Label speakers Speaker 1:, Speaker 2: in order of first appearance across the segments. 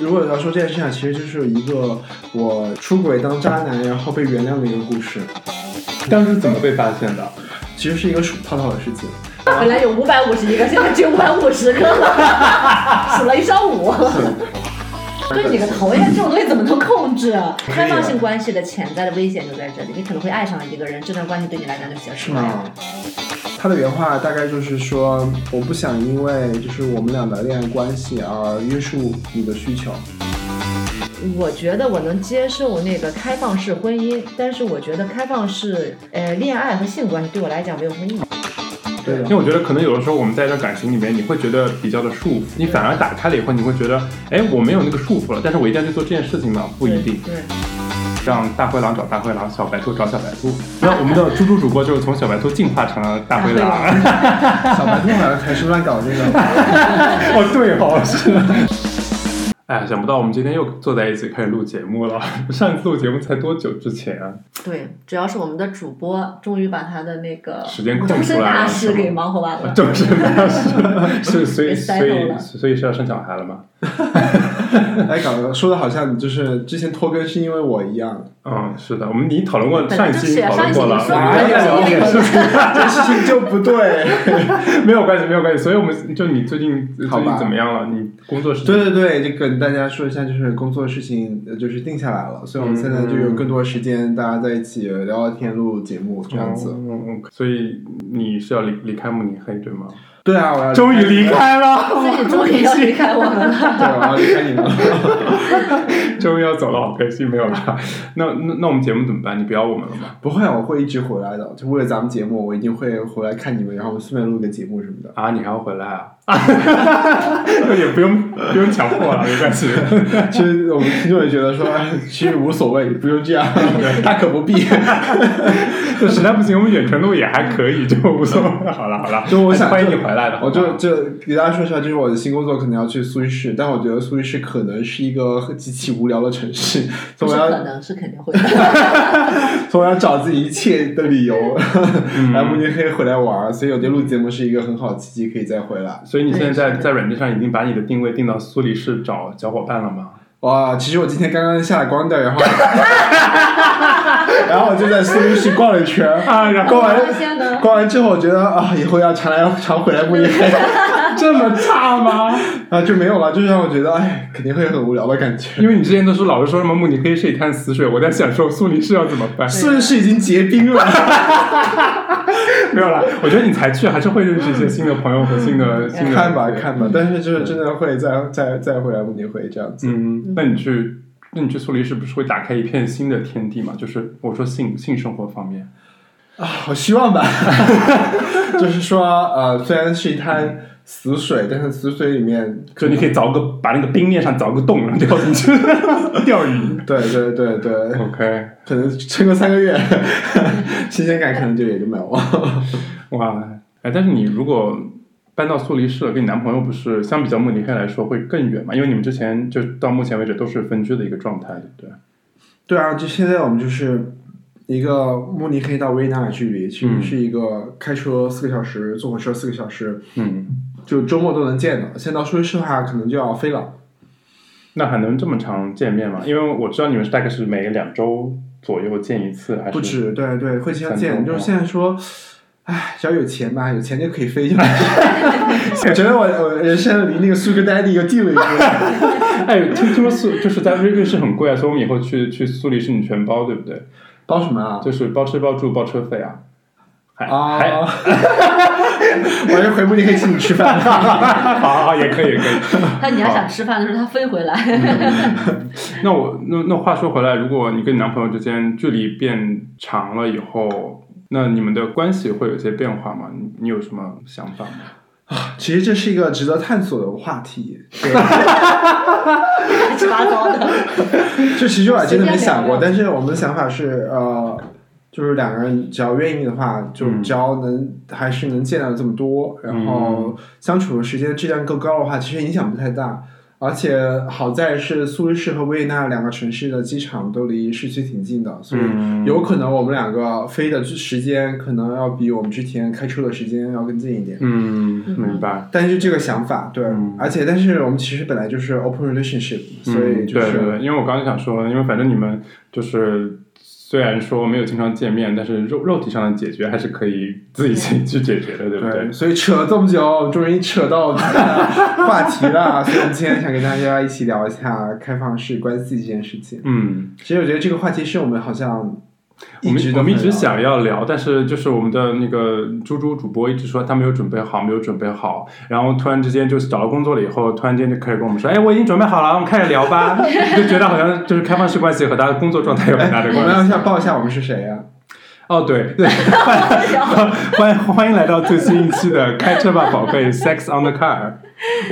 Speaker 1: 如果要说这件事情，其实就是一个我出轨当渣男，然后被原谅的一个故事，
Speaker 2: 当时怎么被发现的？
Speaker 1: 其实是一个数泡泡的事情。
Speaker 3: 本来有五百五十一个，现在只有五百五十个了，数了一上午。对你个头呀！这种东西怎么能控制啊？开放性关系的潜在的危险就在这里，你可能会爱上一个人，这段关系对你来讲就比较失
Speaker 1: 是
Speaker 3: 败。
Speaker 1: 吗？啊他的原话大概就是说，我不想因为就是我们俩的恋爱关系而约束你的需求。
Speaker 3: 我觉得我能接受那个开放式婚姻，但是我觉得开放式呃恋爱和性关系对我来讲没有什么意义。
Speaker 1: 对
Speaker 2: 因
Speaker 1: 的，
Speaker 2: 为我觉得可能有的时候我们在一段感情里面，你会觉得比较的束缚，你反而打开了以后，你会觉得，哎，我没有那个束缚了，但是我一定要去做这件事情吗？不一定。
Speaker 3: 对。对
Speaker 2: 让大灰狼找大灰狼，小白兔找小白兔。那我们的猪猪主播就是从小白兔进化成了大灰狼。
Speaker 1: 小白兔好像才是乱搞这个。
Speaker 2: 哦，对哦，是。哎，想不到我们今天又坐在一起开始录节目了。 上一次录节目才多久之前啊？
Speaker 3: 对，主要是我们的主播终于把他的那个
Speaker 2: 时间空
Speaker 3: 终身
Speaker 2: 出来了
Speaker 3: 大
Speaker 2: 是
Speaker 3: 事
Speaker 2: 吗
Speaker 3: 给忙活完了。
Speaker 2: 正是那 是，是所以
Speaker 3: 被
Speaker 2: 所
Speaker 3: 塞到
Speaker 2: 以
Speaker 3: 了
Speaker 2: 所以是要生小孩了吗？
Speaker 1: 哎，搞得说的好像就是之前拖更是因为我一样，
Speaker 2: 嗯，是的，我们你讨论过上一期已
Speaker 3: 对
Speaker 2: 经讨论过了，啊
Speaker 3: 上一期你说
Speaker 2: 我们
Speaker 1: 哎呀
Speaker 2: 聊点事情，
Speaker 1: 这事情就不对。
Speaker 2: 没有关系，没有关系。所以我们就你最近最
Speaker 1: 好吧
Speaker 2: 近怎么样了？你工作是
Speaker 1: 对对对，就跟大家说一下，就是工作事情呃就是定下来了，所以我们现在就有更多时间，大家在一起聊聊天、录节目这样子。
Speaker 2: 嗯，嗯所以你是要离离开慕尼黑对吗？
Speaker 1: 对啊，我要
Speaker 2: 终于离，开了，
Speaker 3: 自己终于要离开我们了。
Speaker 1: 对，啊我要离开你们了。
Speaker 2: 终于要走了，好开心，没有啦。那那那我们节目怎么办？你不要我们了吗？
Speaker 1: 不会啊，我会一直回来的。就为了咱们节目，我一定会回来看你们，然后顺便录个节目什么的。
Speaker 2: 啊，你还要回来啊？ 也不用不用强迫了，没关系。
Speaker 1: 其实我们听众也觉得说，哎其实无所谓，不用这样， 大可不必。
Speaker 2: 就实在不行，我们远程录也还可以，就无所谓。 好了好了，
Speaker 1: 就我想
Speaker 2: 欢迎你回来的。
Speaker 1: 我
Speaker 2: 好
Speaker 1: 就
Speaker 2: 吧
Speaker 1: 就给大家说一下，就是我的新工作可能要去苏黎世，但我觉得苏黎世可能是一个极其无聊的城市，所
Speaker 3: 不
Speaker 1: 以
Speaker 3: 是
Speaker 1: 我
Speaker 3: 可
Speaker 1: 要
Speaker 3: 能是肯定会的，
Speaker 1: 所以我要找自己一切的理由
Speaker 2: 嗯
Speaker 1: 来慕尼黑回来玩儿。所以我觉得录节目是一个很好的契机，可以再回来。
Speaker 2: 所以你现在
Speaker 3: 对
Speaker 2: 在
Speaker 3: 是
Speaker 2: 在软件上已经把你的定位定到苏黎世找小伙伴了吗？
Speaker 1: 哇，其实我今天刚刚下了光的，然后 然后我就在苏黎世逛了一圈。
Speaker 2: 啊，然
Speaker 1: 逛完
Speaker 3: 发现呢
Speaker 1: 逛完之后，我觉得啊，以后要常来常回来慕尼黑，
Speaker 2: 这么差吗？
Speaker 1: 啊就没有了，就让我觉得哎，肯定会很无聊的感觉。
Speaker 2: 因为你之前都说老是说什么慕尼黑是一滩死水，我在想说苏黎世要怎么办？
Speaker 1: 苏黎世已经结冰了，
Speaker 2: 没有啦，我觉得你才去还是会认识一些新的朋友和新的新的。
Speaker 1: 看吧看吧，但是就是真的会再再再回来慕尼黑这样子。
Speaker 2: 嗯，那你去，那你去苏黎世不是会打开一片新的天地嘛？就是我说性性生活方面，
Speaker 1: 啊，我希望吧。 就是说，呃，虽然是一滩死水，但是死水里面，
Speaker 2: 就你可以凿个把那个冰面上凿个洞，然后掉进去 钓鱼。
Speaker 1: 对对对对，
Speaker 2: OK，
Speaker 1: 可能撑个三个月， 新鲜感可能就也就没有了。
Speaker 2: 哇，哎，但是你如果搬到苏黎世了，跟你男朋友不是相比较慕尼黑来说会更远嘛？因为你们之前就到目前为止都是分居的一个状态，对不对？
Speaker 1: 对啊，就现在我们就是一个慕尼黑到维也纳的距离，其实是一个开车四个小时，坐火车四个小时，
Speaker 2: 嗯，
Speaker 1: 就周末都能见的。现在到苏黎世的话，可能就要飞了。
Speaker 2: 那还能这么常见面吗？因为我知道你们是大概是每两周左右见一次，还是
Speaker 1: 不止，对对，会经常
Speaker 2: 三周
Speaker 1: 见。就是
Speaker 2: 吗
Speaker 1: 现在说，唉，只要有钱吧，有钱就可以飞。就是 我觉得我我人生离那个 Sugar Daddy 又近了一步。
Speaker 2: 哎，听听说苏就是在瑞瑞士很贵啊，所以我们以后去去苏黎世你全包，对不对？
Speaker 1: 包什么啊？
Speaker 2: 就是包吃包住包车费啊，还、
Speaker 1: 啊
Speaker 2: 还
Speaker 1: 我就回慕尼黑请你吃饭
Speaker 2: 好好好啊也可以也可以。
Speaker 3: 但你要想吃饭的时候，他飞回来。
Speaker 2: 那我那那话说回来，如果你跟你男朋友之间距离变长了以后，那你们的关系会有一些变化吗？你你有什么想法吗？
Speaker 1: 其实这是一个值得探索的话题。对
Speaker 3: 乱七八糟的。
Speaker 1: 这其实我还真的没想过，
Speaker 3: 随便聊聊
Speaker 1: 但是我们的想法是，呃，就是两个人只要愿意的话，就
Speaker 2: 嗯
Speaker 1: 只要能、还
Speaker 2: 嗯
Speaker 1: 是能见到这么多，然后相处的时间质量够高的话，其实影响不太大。而且好在是苏黎世和维也纳两个城市的机场都离市区挺近的，所以
Speaker 2: 嗯
Speaker 1: 有可能我们两个飞的时间可能要比我们之前开车的时间要更近一点。
Speaker 2: 嗯，明白。
Speaker 1: 但是这个想法，对，
Speaker 2: 嗯
Speaker 1: 而且但是我们其实本来就是 open relationship，、所以就
Speaker 2: 嗯、对对
Speaker 1: 是
Speaker 2: 对，因为我刚刚想说，因为反正你们就是虽然说没有经常见面，但是肉肉体上的解决还是可以自己去去解决的，对不对？
Speaker 1: 所以扯了这么久，终于扯到今天的话题 了，所以我们今天想跟大家一起聊一下开放式关系这件事情。
Speaker 2: 嗯，
Speaker 1: 其实我觉得这个话题是我们好像
Speaker 2: 我
Speaker 1: 一直
Speaker 2: 们
Speaker 1: 都
Speaker 2: 我们一直
Speaker 1: 很聊
Speaker 2: 想要聊，但是就是我们的那个猪猪主播一直说他没有准备好，没有准备好，然后突然之间就是找到工作了以后，突然间就开始跟我们说，哎，我已经准备好了，我们开始聊吧， 就觉得好像就是开放式关系和他的工作状态有很大
Speaker 1: 哎
Speaker 2: 的
Speaker 1: 我
Speaker 2: 关
Speaker 1: 们
Speaker 2: 系。
Speaker 1: 要先报一下我们是谁啊呀、
Speaker 2: 哦，对对， 欢欢迎欢迎来到最新一期的《开车吧，宝贝》（Sex on the Car），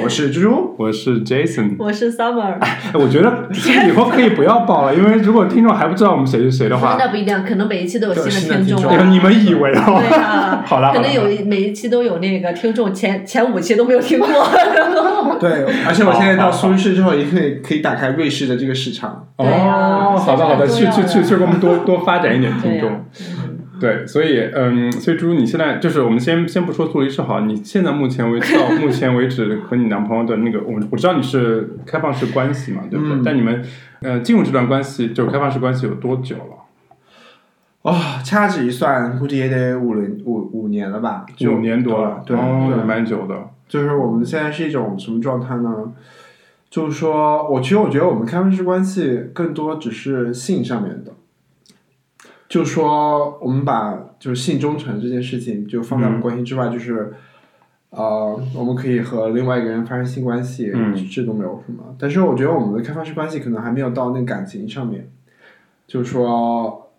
Speaker 1: 我是猪猪，
Speaker 2: 我是 Jason。
Speaker 3: 我是 Summer，
Speaker 2: 哎我觉得以后可以不要报了，因为如果听众还不知道我们谁是谁的话，
Speaker 3: 那不一定，可能每一期都有
Speaker 1: 对
Speaker 3: 新
Speaker 1: 新的
Speaker 3: 的
Speaker 1: 听
Speaker 3: 众
Speaker 1: 众
Speaker 2: 哎
Speaker 3: 啊。
Speaker 2: 呦你们以为哦？
Speaker 3: 对 啊
Speaker 2: 好了，
Speaker 3: 可能
Speaker 2: 好了
Speaker 3: 有一每一期都有那个听众前前五期都没有 听过，然后
Speaker 1: 对，而且我现在
Speaker 2: 好
Speaker 1: 到
Speaker 2: 好
Speaker 1: 苏黎世之后，也可以可以打开瑞士的这个市场。
Speaker 3: 对啊
Speaker 2: 哦，好的好的，
Speaker 3: 所以
Speaker 2: 去
Speaker 3: 这
Speaker 2: 去
Speaker 3: 很重要的
Speaker 2: 去去，给我们多多发展一点听
Speaker 3: 对
Speaker 2: 众
Speaker 3: 啊。嗯
Speaker 2: 对，所以嗯，所以猪猪，你现在就是我们先先不说苏黎世好，你现在目前为止到目前为止和你男朋友的那个，我我知道你是开放式关系嘛，对不对？
Speaker 1: 嗯
Speaker 2: 但你们呃进入这段关系，就是开放式关系有多久了？
Speaker 1: 哦，掐指一算，估计也得五轮五五年了吧？就
Speaker 2: 五年多了，
Speaker 1: 对，
Speaker 2: 哦，
Speaker 1: 对
Speaker 2: 也蛮久的。
Speaker 1: 就是我们现在是一种什么状态呢？就是说，我其实我觉得我们开放式关系更多只是性上面的，就是说我们把就是性忠诚这件事情就放在我们
Speaker 2: 嗯
Speaker 1: 关系之外，就是呃，我们可以和另外一个人发生性关系，
Speaker 2: 嗯
Speaker 1: 这都没有什么。但是我觉得我们的开放式关系可能还没有到那感情上面，就是说，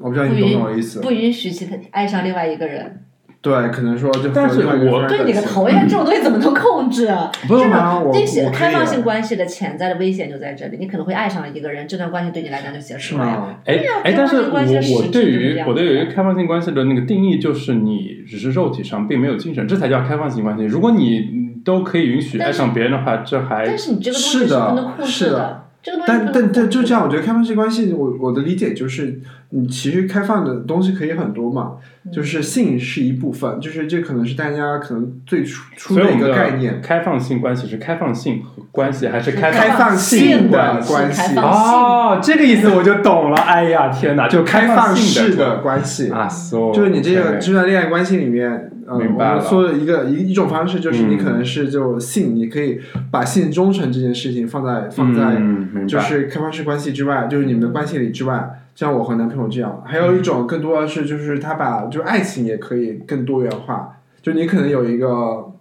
Speaker 1: 我不知道你懂不懂我的意思？
Speaker 3: 不允许其他爱上另外一个人。
Speaker 1: 对，可能说就和
Speaker 2: 但是
Speaker 1: 另外一个人
Speaker 2: 我
Speaker 1: 发生
Speaker 3: 对你个
Speaker 1: 感情
Speaker 3: 头呀，这种东西怎么能控制啊？
Speaker 1: 不是
Speaker 3: 这
Speaker 1: 吗？我
Speaker 3: 种这
Speaker 1: 我
Speaker 3: 些
Speaker 1: 可以
Speaker 3: 开放
Speaker 1: 啊
Speaker 3: 性关系的潜在的危险就在这里，你可能会爱上一个人，这段关系对你来讲就结
Speaker 1: 是
Speaker 3: 束了呀。
Speaker 1: 吗？
Speaker 2: 哎
Speaker 3: 对啊
Speaker 2: 哎，
Speaker 3: 开
Speaker 2: 但
Speaker 3: 放
Speaker 2: 是
Speaker 3: 性
Speaker 2: 我
Speaker 3: 关系的实
Speaker 2: 我
Speaker 3: 质
Speaker 2: 对
Speaker 3: 就是这
Speaker 2: 于
Speaker 3: 样
Speaker 2: 我
Speaker 3: 子
Speaker 2: 对于
Speaker 3: 的
Speaker 2: 开放性关系的那个定义就是你只是肉体上并没有精神，这才叫开放性关系。如果你都可以允许爱上别人的话，这还
Speaker 3: 但是你这个东西
Speaker 1: 哎是的
Speaker 3: 不能控制
Speaker 1: 是的
Speaker 3: 的，这个东西
Speaker 1: 但
Speaker 3: 不能
Speaker 1: 但但
Speaker 3: 控制
Speaker 1: 就
Speaker 3: 的
Speaker 1: 这样，我觉得开放式关系，我我的理解就是，你其实开放的东西可以很多嘛，就是性是一部分，就是这可能是大家可能最初初
Speaker 2: 所以我
Speaker 1: 的一
Speaker 2: 们
Speaker 1: 个
Speaker 2: 的
Speaker 1: 概念，
Speaker 2: 开放性关系是开放性和关系还是开
Speaker 1: 开
Speaker 2: 放？
Speaker 1: 放性的
Speaker 3: 的
Speaker 1: 关系
Speaker 3: 系，开放性
Speaker 2: 哦，这个意思我就懂了。哎呀，天哪，就
Speaker 1: 开
Speaker 2: 放
Speaker 1: 式
Speaker 2: 性
Speaker 1: 的关系，
Speaker 2: 啊，so，
Speaker 1: 就是你这个
Speaker 2: OK
Speaker 1: 这段恋爱关系里面，呃，
Speaker 2: 明
Speaker 1: 我
Speaker 2: 白
Speaker 1: 们
Speaker 2: 了
Speaker 1: 说的一个一一种方式就是你
Speaker 2: 嗯
Speaker 1: 可能是就性，你可以把性忠诚这件事情放在放在。
Speaker 2: 嗯，明白
Speaker 1: 就是开放式关系之外，就是你们的关系里之外，像我和男朋友这样，还有一
Speaker 2: 嗯
Speaker 1: 种更多的是，就是他把就是爱情也可以更多元化，就你可能有一个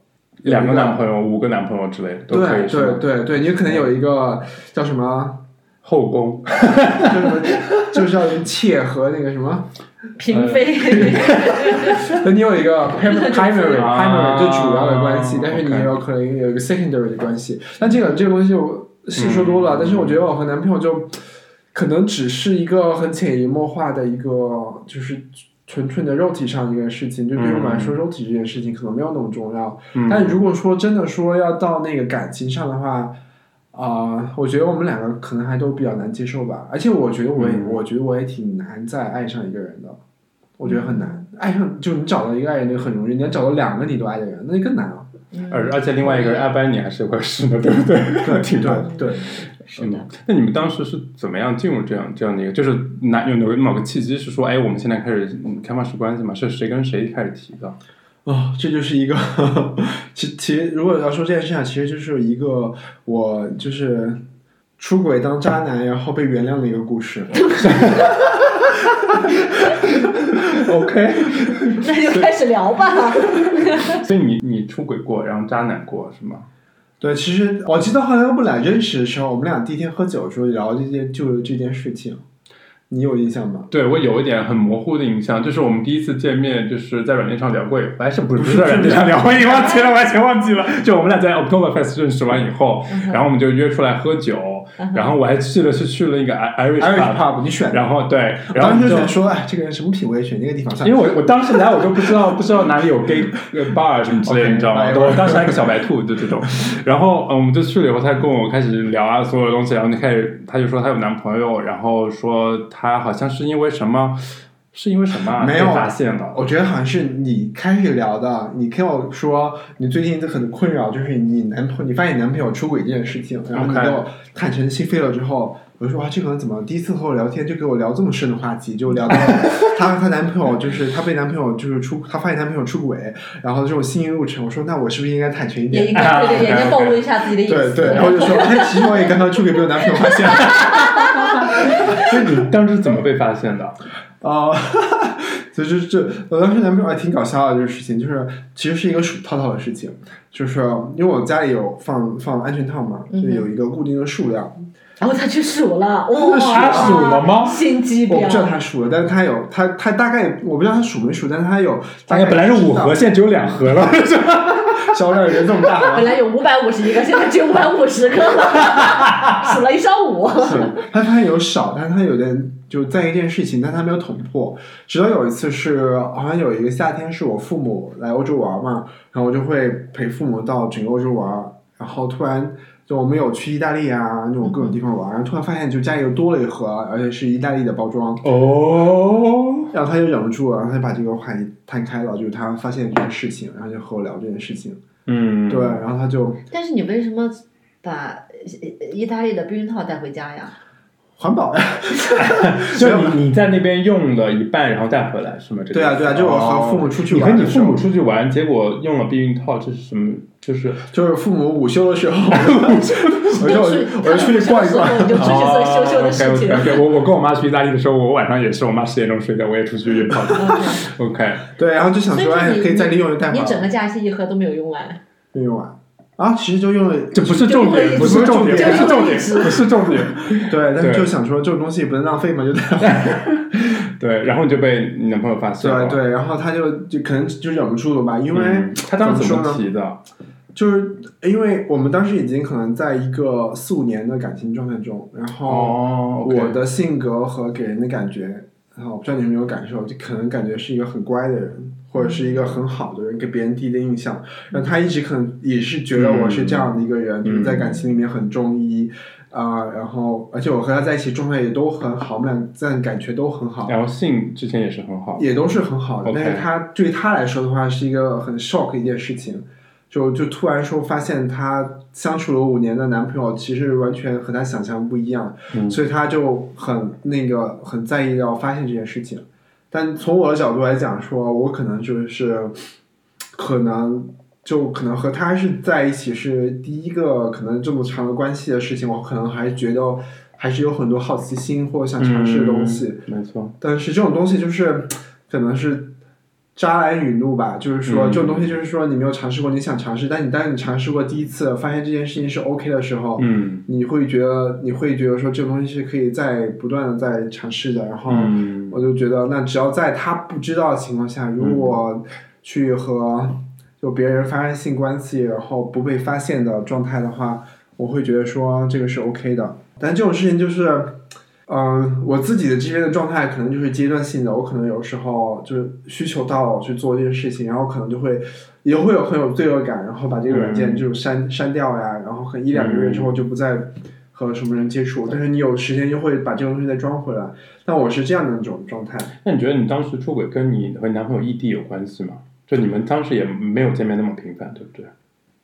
Speaker 2: 两个男朋友、五个男朋友之类的都可
Speaker 1: 对
Speaker 2: 以，是
Speaker 1: 对
Speaker 2: 吗
Speaker 1: 对对，你可能有一个叫什么，
Speaker 2: 后宫
Speaker 1: 叫什 么，就是叫什么妾和那个什么，
Speaker 3: 嫔妃，
Speaker 1: 那你有一个 primary primary
Speaker 2: 啊
Speaker 1: primary 就主要的关系，但是你
Speaker 2: OK
Speaker 1: 也有可能有一个 secondary 的关系。但这个这个东西我是说多了，
Speaker 2: 嗯
Speaker 1: 但是我觉得我和男朋友就可能只是一个很潜移默化的一个，就是纯纯的肉体上一个事情。就对于我们来说，肉体这件事情可能没有那么重要。
Speaker 2: 嗯
Speaker 1: 但如果说真的说要到那个感情上的话，啊、我觉得我们两个可能还都比较难接受吧。而且我觉得我也，
Speaker 2: 嗯
Speaker 1: 我觉得我也挺难再爱上一个人的，我觉得很难。
Speaker 2: 嗯
Speaker 1: 爱上就你找到一个爱人就很容易，你要找到两个你都爱的人，那就更难啊了。
Speaker 2: 而而且另外一个人爱不爱你还是有回事的，对 不对？挺难的
Speaker 1: 对对，
Speaker 3: 是的，
Speaker 2: 那你们当时是怎么样进入这样这样的一个？就是哪有有某个契机是说，哎，我们现在开始嗯开放式关系嘛？是谁跟谁开始提的？
Speaker 1: 哦，这就是一个， 其其实如果要说这件事情，其实就是一个我就是出轨当渣男，然后被原谅的一个故 事。OK，
Speaker 3: 那就开始聊吧。
Speaker 2: 所以你你出轨过，然后渣男过是吗？
Speaker 1: 对，其实我记得后来我们俩认识的时候，我们俩第一天喝酒的时候聊这件就这件事情，你有印象吗？
Speaker 2: 对我有一点很模糊的印象，就是我们第一次见面，就是在软件上聊过以后，哎，是不是不是在软件上聊？我已经忘记了，完全忘记了。就我们俩在 Oktoberfest 认识完以后，然后我们就约出来喝酒，后，然后我还记得是去了一个 Irish
Speaker 1: Irish
Speaker 2: pub，
Speaker 1: pub 你选的，
Speaker 2: 然后对，然
Speaker 1: 当时
Speaker 2: 后
Speaker 1: 就
Speaker 2: 就
Speaker 1: 想说，哎，这个人什么品味，选这个地方算
Speaker 2: 因为
Speaker 1: 了。
Speaker 2: 我我当时来我就不知道不知道哪里有 gay 呃 bar 什么之类
Speaker 1: OK，
Speaker 2: 的
Speaker 1: 哎
Speaker 2: 你知道吗？
Speaker 1: 明白
Speaker 2: 我当时还是个小白兔，就这种。然后嗯，我们就去了以后，他跟我开始聊啊所有的东西，然后就开始他就说他有男朋友，然后说他好像是因为什么，是因为什么啊
Speaker 1: 没有
Speaker 2: 被发现 了。
Speaker 1: 我觉得好像是你开始聊的，你跟我说你最近很困扰，就是你男朋友，你发现你男朋友出轨这件事情，然后你
Speaker 2: OK
Speaker 1: 跟我坦诚心扉了之后，我就说哇，这个人怎么第一次和我聊天就给我聊这么深的话题，就聊 到她和她男朋友，就是她被男朋友就是出，她发现男朋友出轨，然后这种心路路程，我说那我是不是应该坦诚一
Speaker 3: 也
Speaker 1: 点
Speaker 3: 应？该对对对，也应该暴露一下自己的隐
Speaker 1: 对
Speaker 3: 私。
Speaker 1: 对，然后就说，哎，其实我也刚刚出轨被我男朋友发现了。
Speaker 2: 所以你当时怎么被发现的？
Speaker 1: 啊、 所以这这，我当时男朋友还挺搞笑的这个事情，就是其实是一个数套套的事情，就是因为我家里有放放安全套嘛，就
Speaker 3: 嗯哼
Speaker 1: 有一个固定的数量，
Speaker 3: 然后他去数了，
Speaker 1: 那数哦
Speaker 3: 哇，
Speaker 2: 他数了吗
Speaker 3: 心机
Speaker 1: 我
Speaker 3: 婊
Speaker 1: 不知道他数了，但是他有他他大概我不知道他数没数，但是他有
Speaker 2: 大哎概本来是五盒，
Speaker 1: 知
Speaker 2: 现在只有两盒了。
Speaker 1: 道 销量有这么大
Speaker 3: 本
Speaker 1: 吗？
Speaker 3: 来有五百五十一个，现在只有五百五十个了，数了一上午。
Speaker 1: 是，他发现有少，但是他有点就在意这件事情，但他没有捅破。直到有一次是好像有一个夏天是我父母来欧洲玩嘛，然后我就会陪父母到整个欧洲玩，然后突然就我们有去意大利啊那种各种地方玩，然后突然发现就家里又多了一盒，而且是意大利的包装，
Speaker 2: 哦，
Speaker 1: 然后他就忍不住了，然后他就把这个话题摊开了，就是他发现这件事情，然后就和我聊这件事情，
Speaker 2: 嗯，
Speaker 1: 对，然后他就
Speaker 3: 但是你为什么把呃意大利的避孕套带回家呀？
Speaker 1: 环保 呀。
Speaker 2: 就你你在那边用了一半，然后带回来是吗？这个
Speaker 1: 对啊对啊就我和父母出去
Speaker 2: 哦你
Speaker 1: 玩
Speaker 2: 和你
Speaker 1: 的时
Speaker 2: 父
Speaker 1: 候
Speaker 2: 母出去玩，结果用了避孕套，这是什么？就是
Speaker 1: 就是父母午休的时候，我就我就我就出去逛一逛，
Speaker 3: 你就出去
Speaker 2: 哦
Speaker 3: 做羞羞的事情。
Speaker 2: o k o k 我我跟我妈去意大利的时候，我晚上也是，我妈十点钟睡的，我也出去约炮。OK，
Speaker 1: 对，然后就想
Speaker 3: 所以
Speaker 1: 说，哎，
Speaker 3: 你
Speaker 1: 可以再利用一代
Speaker 3: 你
Speaker 1: 码，
Speaker 3: 整个假期一盒都没有用完，
Speaker 1: 利用完。啊，其实就用了，
Speaker 2: 这不是重点，不是重点，不是重点，不是重点。
Speaker 1: 对，但是
Speaker 2: 对
Speaker 1: 就想说这种东西也不能浪费 嘛，就带回来。
Speaker 2: 对，然后你就被你男朋友发现了。
Speaker 1: 对对，然后他就就可能就忍不住了吧，因为、
Speaker 2: 嗯他当时
Speaker 1: 怎
Speaker 2: 怎
Speaker 1: 么说
Speaker 2: 么
Speaker 1: 呢？哦
Speaker 2: 提的？
Speaker 1: 就是因为我们当时已经可能在一个四五年的感情状态中，然后
Speaker 2: 哦，OK，
Speaker 1: 我的性格和给人的感觉，然后我不知道你有没有感受，就可能感觉是一个很乖的人，或者是一个很好的人，给别人第一的印象。那他一直可能也是觉得我是这样的一个人，
Speaker 2: 嗯
Speaker 1: 就是在感情里面很中医啊、然后而且我和他在一起状态也都很好，我们俩在感觉都很好，
Speaker 2: 然后性之前也是很好。
Speaker 1: 也都是很好的。
Speaker 2: OK
Speaker 1: 但是他对他来说的话，是一个很 shock 的一件事情，就就突然说发现他相处了五年的男朋友，其实完全和他想象不一样，
Speaker 2: 嗯
Speaker 1: 所以他就很那个很在意要发现这件事情。但从我的角度来讲说，我可能就是可能。就可能和他是在一起是第一个可能这么长的关系的事情，我可能还觉得还是有很多好奇心或者想尝试的东西。哦
Speaker 2: 嗯，没错。
Speaker 1: 但是这种东西就是，可能是渣男语录吧，就是说、
Speaker 2: 嗯
Speaker 1: 这种东西就是说你没有尝试过，你想尝试，但你当你尝试过第一次，发现这件事情是 OK 的时候，
Speaker 2: 嗯
Speaker 1: 你会觉得你会觉得说这种东西是可以再不断的在尝试的。然后
Speaker 2: 嗯
Speaker 1: 我就觉得，那只要在他不知道的情况下，如果去和就别人发生性关系，然后不被发现的状态的话，我会觉得说这个是 OK 的。但这种事情就是，嗯、我自己的这边的状态可能就是阶段性的，我可能有时候就是需求到我去做这件事情，然后可能就会也会有很有罪恶感，然后把这个软件就删、删掉呀，然后可能一两个月之
Speaker 2: 嗯
Speaker 1: 后就不再和什么人接触，但是你有时间就会把这个东西再装回来。但我是这样的一种状态，
Speaker 2: 那你觉得你当时出轨跟你和你男朋友异地有关系吗？就你们当时也没有见面那么频繁，对不对？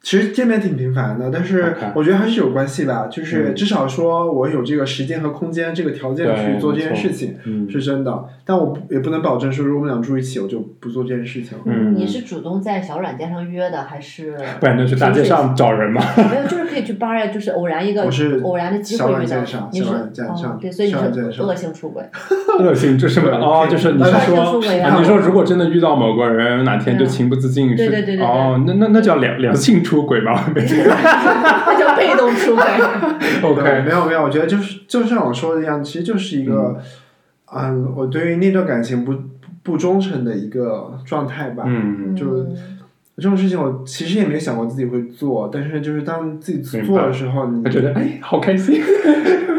Speaker 1: 其实见面挺频繁的，但是
Speaker 2: OK
Speaker 1: 我觉得还是有关系吧，就是
Speaker 2: 嗯
Speaker 1: 至少说我有这个时间和空间这个条件
Speaker 2: 对
Speaker 1: 去做这件
Speaker 2: 没错
Speaker 1: 事情。
Speaker 2: 嗯
Speaker 1: 是真的，但我不也不能保证说，如果我们俩住一起，我就不做这件事情了。
Speaker 2: 嗯
Speaker 3: 你是主动在小软件上约的，还是
Speaker 2: 不然就去大街上找人嘛。
Speaker 3: 没有？就是可以去 bar 呀，就是偶然一个
Speaker 1: 我是
Speaker 3: 偶然的机
Speaker 1: 小
Speaker 3: 会
Speaker 1: 软
Speaker 3: 遇到
Speaker 1: 件
Speaker 3: 的
Speaker 1: 上。
Speaker 3: 你是
Speaker 1: 小软件上
Speaker 3: 哦对，所以你
Speaker 1: 小软件
Speaker 3: 是
Speaker 1: 上
Speaker 3: 恶性出轨。
Speaker 2: 恶性这是什么？
Speaker 1: 对
Speaker 2: 哦，就是你是
Speaker 1: 恶
Speaker 3: 性
Speaker 2: 说
Speaker 3: 出轨，啊
Speaker 2: 啊你说如果真的遇到某个人，哪天就情不自禁是
Speaker 3: 对对对对对
Speaker 2: 哦，那那那叫良良性出轨吧？没事
Speaker 3: 那叫被动出轨。
Speaker 1: 对
Speaker 2: OK，
Speaker 1: 没有没有，我觉得就是就像我说的一样，其实就是一个，嗯，我对于那段感情不不忠诚的一个状态吧。
Speaker 2: 嗯，
Speaker 1: 就
Speaker 3: 嗯
Speaker 1: 这种事情我其实也没想过自己会做，但是就是当自己做的时候，你
Speaker 2: 他觉得哎，好开心。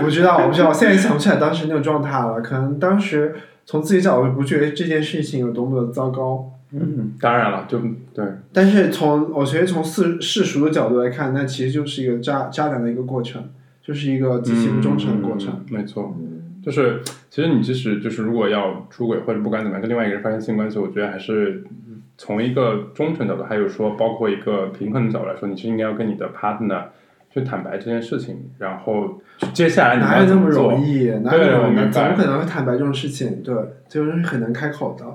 Speaker 1: 不知道，我不知道，我现在也想不起来当时那种状态了。可能当时从自己角度不觉得这件事情有多么的糟糕，
Speaker 2: 嗯，当然了，就对，
Speaker 1: 但是从我觉得从世世俗的角度来看，那其实就是一个渣渣男的一个过程，就是一个极其不忠诚的过程。
Speaker 2: 嗯没错，就是其实你即使就是如果要出轨或者不管怎么样跟另外一个人发生性关系，我觉得还是从一个忠诚角度，还有说包括一个平衡的角度来说，你是应该要跟你的 partner 去坦白这件事情，然后接下来你
Speaker 1: 哪
Speaker 2: 要
Speaker 1: 有
Speaker 2: 怎
Speaker 1: 那么
Speaker 2: 做
Speaker 1: 容？易？哪有
Speaker 2: 对
Speaker 1: 那么
Speaker 2: 我
Speaker 1: 容
Speaker 2: 明白
Speaker 1: 易？怎么可能会坦白这种事情？对，就是很难开口的。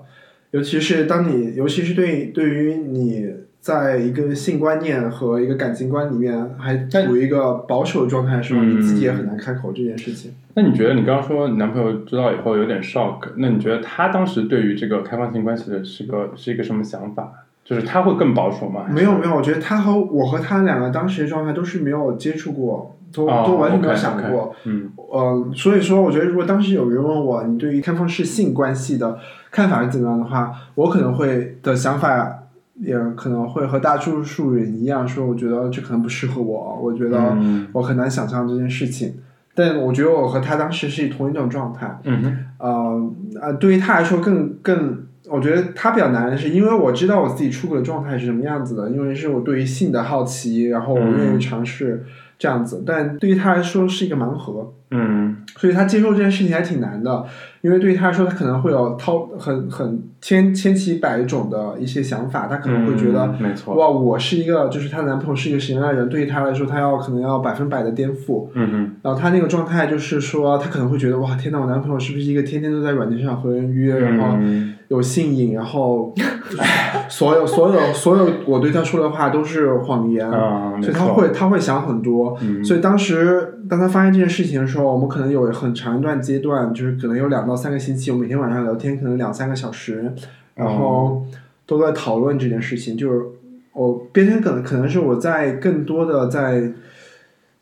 Speaker 1: 尤其是当你，尤其是对对于你在一个性观念和一个感情观里面还处于一个保守的状态的时候，
Speaker 2: 嗯
Speaker 1: 你自己也很难开口这件事情。
Speaker 2: 那你觉得你刚刚说你男朋友知道以后有点 shock，那你觉得他当时对于这个开放性关系的是个是一个什么想法？就是他会更保守吗？还是
Speaker 1: 没有没有，我觉得他和我和他两个当时的状态都是没有接触过，都、
Speaker 2: 哦
Speaker 1: 都完全没有
Speaker 2: OK，
Speaker 1: 想
Speaker 2: OK
Speaker 1: 过。
Speaker 2: 嗯
Speaker 1: 嗯，所以说，我觉得如果当时有人问我你对于开放式性关系的看法是怎么样的话，我可能会的想法也可能会和大多数人一样，说我觉得这可能不适合我，我觉得啊
Speaker 2: 嗯
Speaker 1: 我很难想象这件事情。但我觉得我和他当时是同一种状态，
Speaker 2: 嗯哼
Speaker 1: 呃呃，对于他来说更更，我觉得他比较难的是，因为我知道我自己出轨的状态是什么样子的，因为是我对于性的好奇，然后我愿意
Speaker 2: 嗯
Speaker 1: 尝试这样子，但对于他来说是一个盲盒。
Speaker 2: 嗯
Speaker 1: 所以他接受这件事情还挺难的，因为对于他来说，他可能会有掏很很千千奇百种的一些想法，他可能会觉得，
Speaker 2: 嗯没错
Speaker 1: 哇，我是一个，就是她男朋友是一个什么样的人，对于她来说，她要可能要百分百的颠覆。
Speaker 2: 嗯哼
Speaker 1: 然后她那个状态就是说，她可能会觉得，哇，天呐，我男朋友是不是一个天天都在软件上和人约，然后
Speaker 2: 嗯
Speaker 1: 有性瘾，然后哎所有所有所有我对他说的话都是谎言，
Speaker 2: 啊，没
Speaker 1: 所以他
Speaker 2: 错
Speaker 1: 会他会想很多。
Speaker 2: 嗯
Speaker 1: 所以当时当他发现这件事情的时候，我们可能有很长一段阶段，就是可能有两到三个星期，我每天晚上聊天可能两三个小时，
Speaker 2: 哦
Speaker 1: 然后都在讨论这件事情。就是我边天可能可能是我在更多的在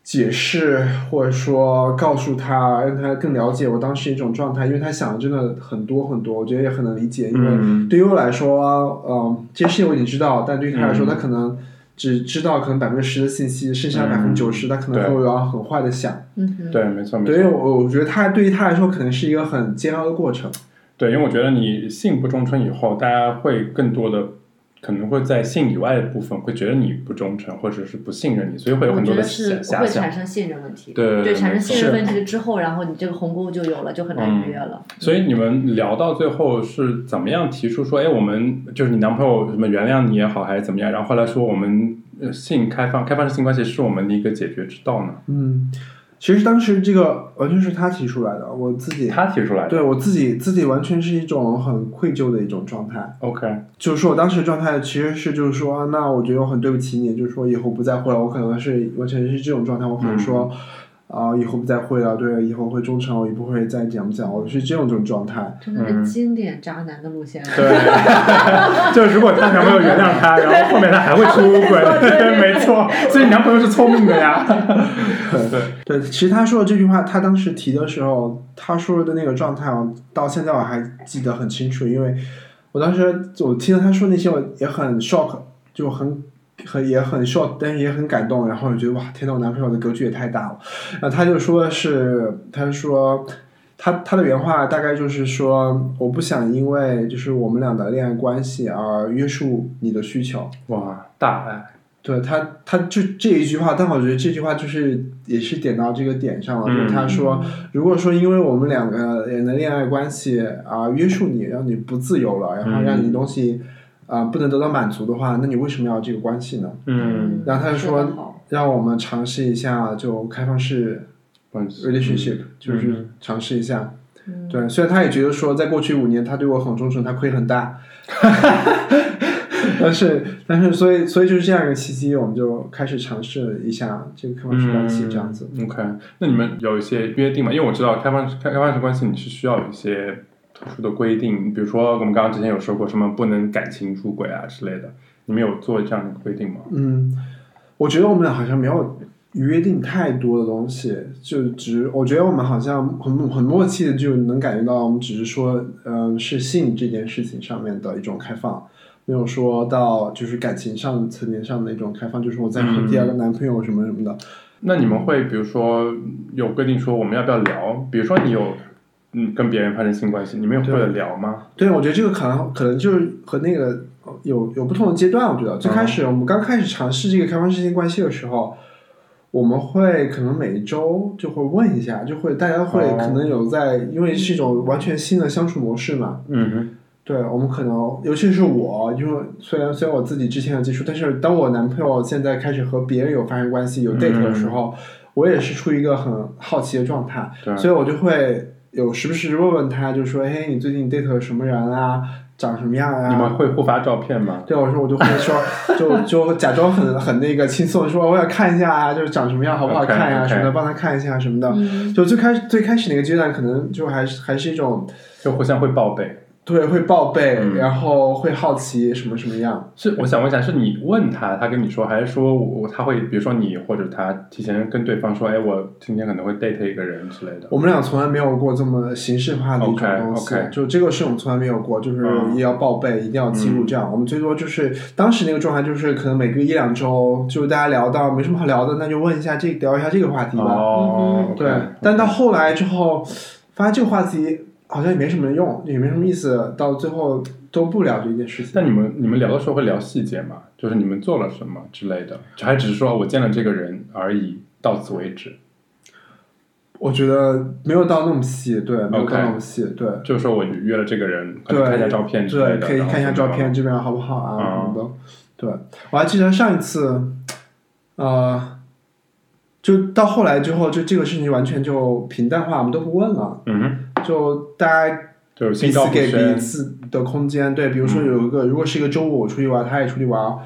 Speaker 1: 解释或者说告诉他，让他更了解我当时一种状态，因为他想的真的很多很多，我觉得也很能理解，因为
Speaker 2: 嗯
Speaker 1: 对于我来说，嗯，这些事情我已经知道，但对于他来说，
Speaker 2: 嗯
Speaker 1: 他可能只知道可能百分之十的信息，剩下百分之
Speaker 2: 嗯
Speaker 1: 九十，他可能
Speaker 2: 对
Speaker 1: 会往很坏的想。
Speaker 3: 嗯哼，
Speaker 2: 对，没错，没
Speaker 1: 对于
Speaker 2: 错，
Speaker 1: 我，我觉得他对于他来说，可能是一个很煎熬的过程。
Speaker 2: 对，因为我觉得你性不忠诚以后，大家会更多的可能会在性以外的部分会觉得你不忠诚或者是不信任你，所以会有
Speaker 3: 我
Speaker 2: 很
Speaker 3: 觉
Speaker 2: 多的
Speaker 3: 得是
Speaker 2: 遐遐
Speaker 3: 会产
Speaker 2: 想。
Speaker 3: 生信任问题，
Speaker 2: 对
Speaker 3: 对，产生信任
Speaker 1: 是
Speaker 3: 问题之后，然后你这个鸿沟就有了，就很难
Speaker 2: 嗯
Speaker 3: 逾越了。
Speaker 2: 所以你们聊到最后是怎么样提出说，哎，我们就是你男朋友什么原谅你也好，还是怎么样？然后后来说我们呃性开放，开放式性关系是我们的一个解决之道呢？
Speaker 1: 嗯，其实当时这个完全是他提出来的，我自己，
Speaker 2: 他提出来的。
Speaker 1: 对我自己自己完全是一种很愧疚的一种状态。
Speaker 2: OK，
Speaker 1: 就是说我当时的状态其实是就是说，啊那我觉得我很对不起你，就是说以后不再会了。我可能是完全是这种状态，我可能说，啊、以后不再会了，对，以后会忠诚，我也不会再讲不讲，我是这种这种状态。
Speaker 3: 真
Speaker 2: 嗯
Speaker 3: 的是经典渣男的路线啊。
Speaker 2: 对， 就是如果她男朋友原谅她，然后后面她还会出轨， 没错，所以你男朋友是聪明的呀。对，
Speaker 1: 对，其实他说的这句话，他当时提的时候，他说的那个状态，我到现在我还记得很清楚，因为我当时我听到他说那些，我也很 shock，就很很也很 shock，但是也很感动。然后我觉得哇，天呐，我男朋友的格局也太大了。然后他就说的是，他说他他的原话大概就是说，我不想因为就是我们俩的恋爱关系而约束你的需求。
Speaker 2: 哇，大爱，
Speaker 1: 对他，他就这一句话，但我觉得这句话就是也是点到这个点上了，就是他说，如果说因为我们两个人的恋爱关系啊、约束你，让你不自由了，然后让你东西啊、不能得到满足的话，那你为什么要这个关系呢？
Speaker 2: 嗯，
Speaker 1: 然后他就
Speaker 3: 说
Speaker 1: 说
Speaker 3: 得好，
Speaker 1: 让我们尝试一下就开放式
Speaker 2: 关系嗯
Speaker 1: relationship，、就是尝试一下。对，虽然他也觉得说，在过去五年他对我很忠诚，他亏很 大，但是但是所以所以就是这样一个契机，我们就开始尝试一下这个开放式关系这样子。
Speaker 2: 嗯 OK，那你们有一些约定吗？因为我知道开放开开放式关系你是需要有一些特殊的规定，比如说我们刚刚之前有说过什么不能感情出轨啊之类的，你们有做这样的规定吗？
Speaker 1: 嗯，我觉得我们俩好像没有约定太多的东西，就只我觉得我们好像很很默契的就能感觉到，我们只是说，嗯、是性这件事情上面的一种开放，没有说到就是感情上层面上的一种开放，就是我在和第二个男朋友什么什么的，
Speaker 2: 那你们会比如说有规定说我们要不要聊？比如说你有嗯跟别人发生性关系，你们有会聊吗？
Speaker 1: 对，我觉得这个可能可能就是和那个有有不同的阶段。我觉得最开始我们刚开始尝试这个开放式性关系的时候，我们会可能每一周就会问一下，就会大家会
Speaker 2: 哦
Speaker 1: 可能有在，因为是一种完全新的相处模式嘛。
Speaker 2: 嗯哼，
Speaker 1: 对我们可能，尤其是我，因为虽然虽然我自己之前有接触，但是当我男朋友现在开始和别人有发生关系、有 date 的
Speaker 2: 嗯
Speaker 1: 时候，我也是处于一个很好奇的状态，
Speaker 2: 对，
Speaker 1: 所以我就会有时不时问问他，就说：“嘿，你最近 date 了什么人啊？长什么样
Speaker 2: 你们
Speaker 1: 啊
Speaker 2: 会互发照片吗？”？
Speaker 1: 对我说，我就会说，就就假装很很那个轻松地说，我想看一下啊，就是长什么样，好不好看呀、
Speaker 2: OK，OK
Speaker 1: 什么的，帮他看一下什么的。
Speaker 3: 嗯，
Speaker 1: 就最开始最开始那个阶段，可能就还是还是一种
Speaker 2: 就互相会报备。
Speaker 1: 对，会报备，
Speaker 2: 嗯
Speaker 1: 然后会好奇什么什么样。
Speaker 2: 是，我想问一下，是你问他，他跟你说，还是说我他会，比如说你或者他提前跟对方说，哎，我今天可能会 date 一个人之类的。
Speaker 1: 我们俩从来没有过这么形式化的一种
Speaker 2: OK，
Speaker 1: 东西
Speaker 2: OK
Speaker 1: 就这个是我们从来没有过，就是
Speaker 2: 嗯
Speaker 1: 也要报备，一定要记录这样。我们最多就是当时那个状态，就是可能每个一两周，就是大家聊到没什么好聊的，那就问一下这聊一下这个话题吧。
Speaker 2: 哦
Speaker 3: 嗯，
Speaker 2: OK
Speaker 1: 对，但到后来之后，发现这个话题好像也没什么用，也没什么意思，到最后都不聊这件事情。
Speaker 2: 那你们你们聊的时候会聊细节吗？就是你们做了什么之类的，还只是说我见了这个人而已，到此为止。
Speaker 1: 我觉得没有到那么细，对，没有到
Speaker 2: OK
Speaker 1: 那么细对。
Speaker 2: 就是说我约了这个人，可
Speaker 1: 对，
Speaker 2: 能看一下照片之
Speaker 1: 对，
Speaker 2: 类的，
Speaker 1: 可以
Speaker 2: 然后
Speaker 1: 看一下
Speaker 2: 怎
Speaker 1: 照
Speaker 2: 么
Speaker 1: 片
Speaker 2: 样。
Speaker 1: 这边好不好啊什
Speaker 2: 嗯
Speaker 1: 么的。对，我还记得上一次，呃，就到后来之后，就这个事情完全就平淡化，我们都不问了，
Speaker 2: 嗯哼，
Speaker 1: 就大家
Speaker 2: 就是
Speaker 1: 彼
Speaker 2: 心照
Speaker 1: 此
Speaker 2: 不
Speaker 1: 给
Speaker 2: 宣嗯
Speaker 1: 彼。此的空间。对，比如说有一个，如果是一个周五我出去玩，他也出去玩。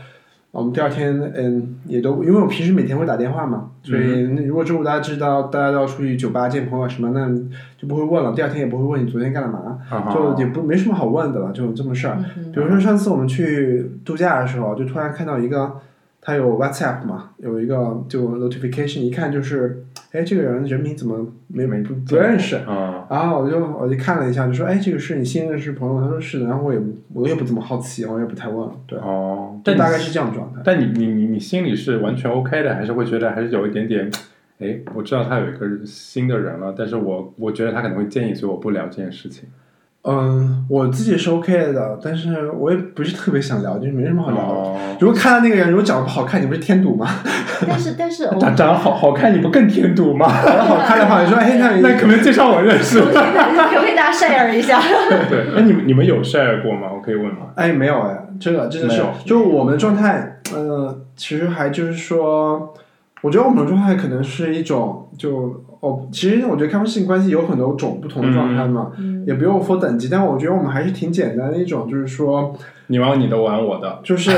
Speaker 1: 我们第二天，嗯，也都因为我平时每天会打电话嘛，所以
Speaker 2: 嗯
Speaker 1: 那如果周五大家知道大家都要出去酒吧见朋友什么，那就不会问了。第二天也不会问你昨天干了嘛，
Speaker 2: 啊哈
Speaker 1: 就也不没什么好问的了，就这么事儿。
Speaker 3: 嗯
Speaker 1: 比如说上次我们去度假的时候，就突然看到一个，他有 WhatsApp 嘛，有一个就 notification，一看就是，哎，这个人人名怎么没
Speaker 2: 没
Speaker 1: 不不认识？
Speaker 2: 嗯
Speaker 1: 然后我就我就看了一下，就说，哎，这个是你新认识朋友吗？他说是的，然后我也我也不怎么好奇，我也不太问了，对，
Speaker 2: 哦，
Speaker 1: 就
Speaker 2: 但
Speaker 1: 大
Speaker 2: 你
Speaker 1: 概是这样状态。
Speaker 2: 但你你你你心里是完全 OK 的，还是会觉得还是有一点点，哎，我知道他有一个新的人了，但是我我觉得他可能会介意，所以我不聊这件事情。
Speaker 1: 嗯，我自己是 OK 的，但是我也不是特别想聊，就是没什么好聊的。
Speaker 2: 哦，
Speaker 1: 如果看到那个人如果长得不好看，你不是添堵吗？
Speaker 3: 但是但是 我
Speaker 2: 长长得好好看，你不更添堵吗？
Speaker 1: 长得好看的话，你说，哎，那你
Speaker 2: 那可能介绍我认识。
Speaker 3: 留给大家 share 一下。
Speaker 2: 对，那你们你们有 share 过吗？我可以问吗？
Speaker 1: 哎，没有哎，这个真的是
Speaker 2: 没有，
Speaker 1: 就是我们的状态，呃，其实还就是说，我觉得我们的状态可能是一种就哦，其实我觉得开放性关系有很多种不同的状态嘛，
Speaker 3: 嗯
Speaker 1: 也不用分等级，但我觉得我们还是挺简单的一种，就是 说，
Speaker 2: 你玩你的，我玩我的。
Speaker 1: 就是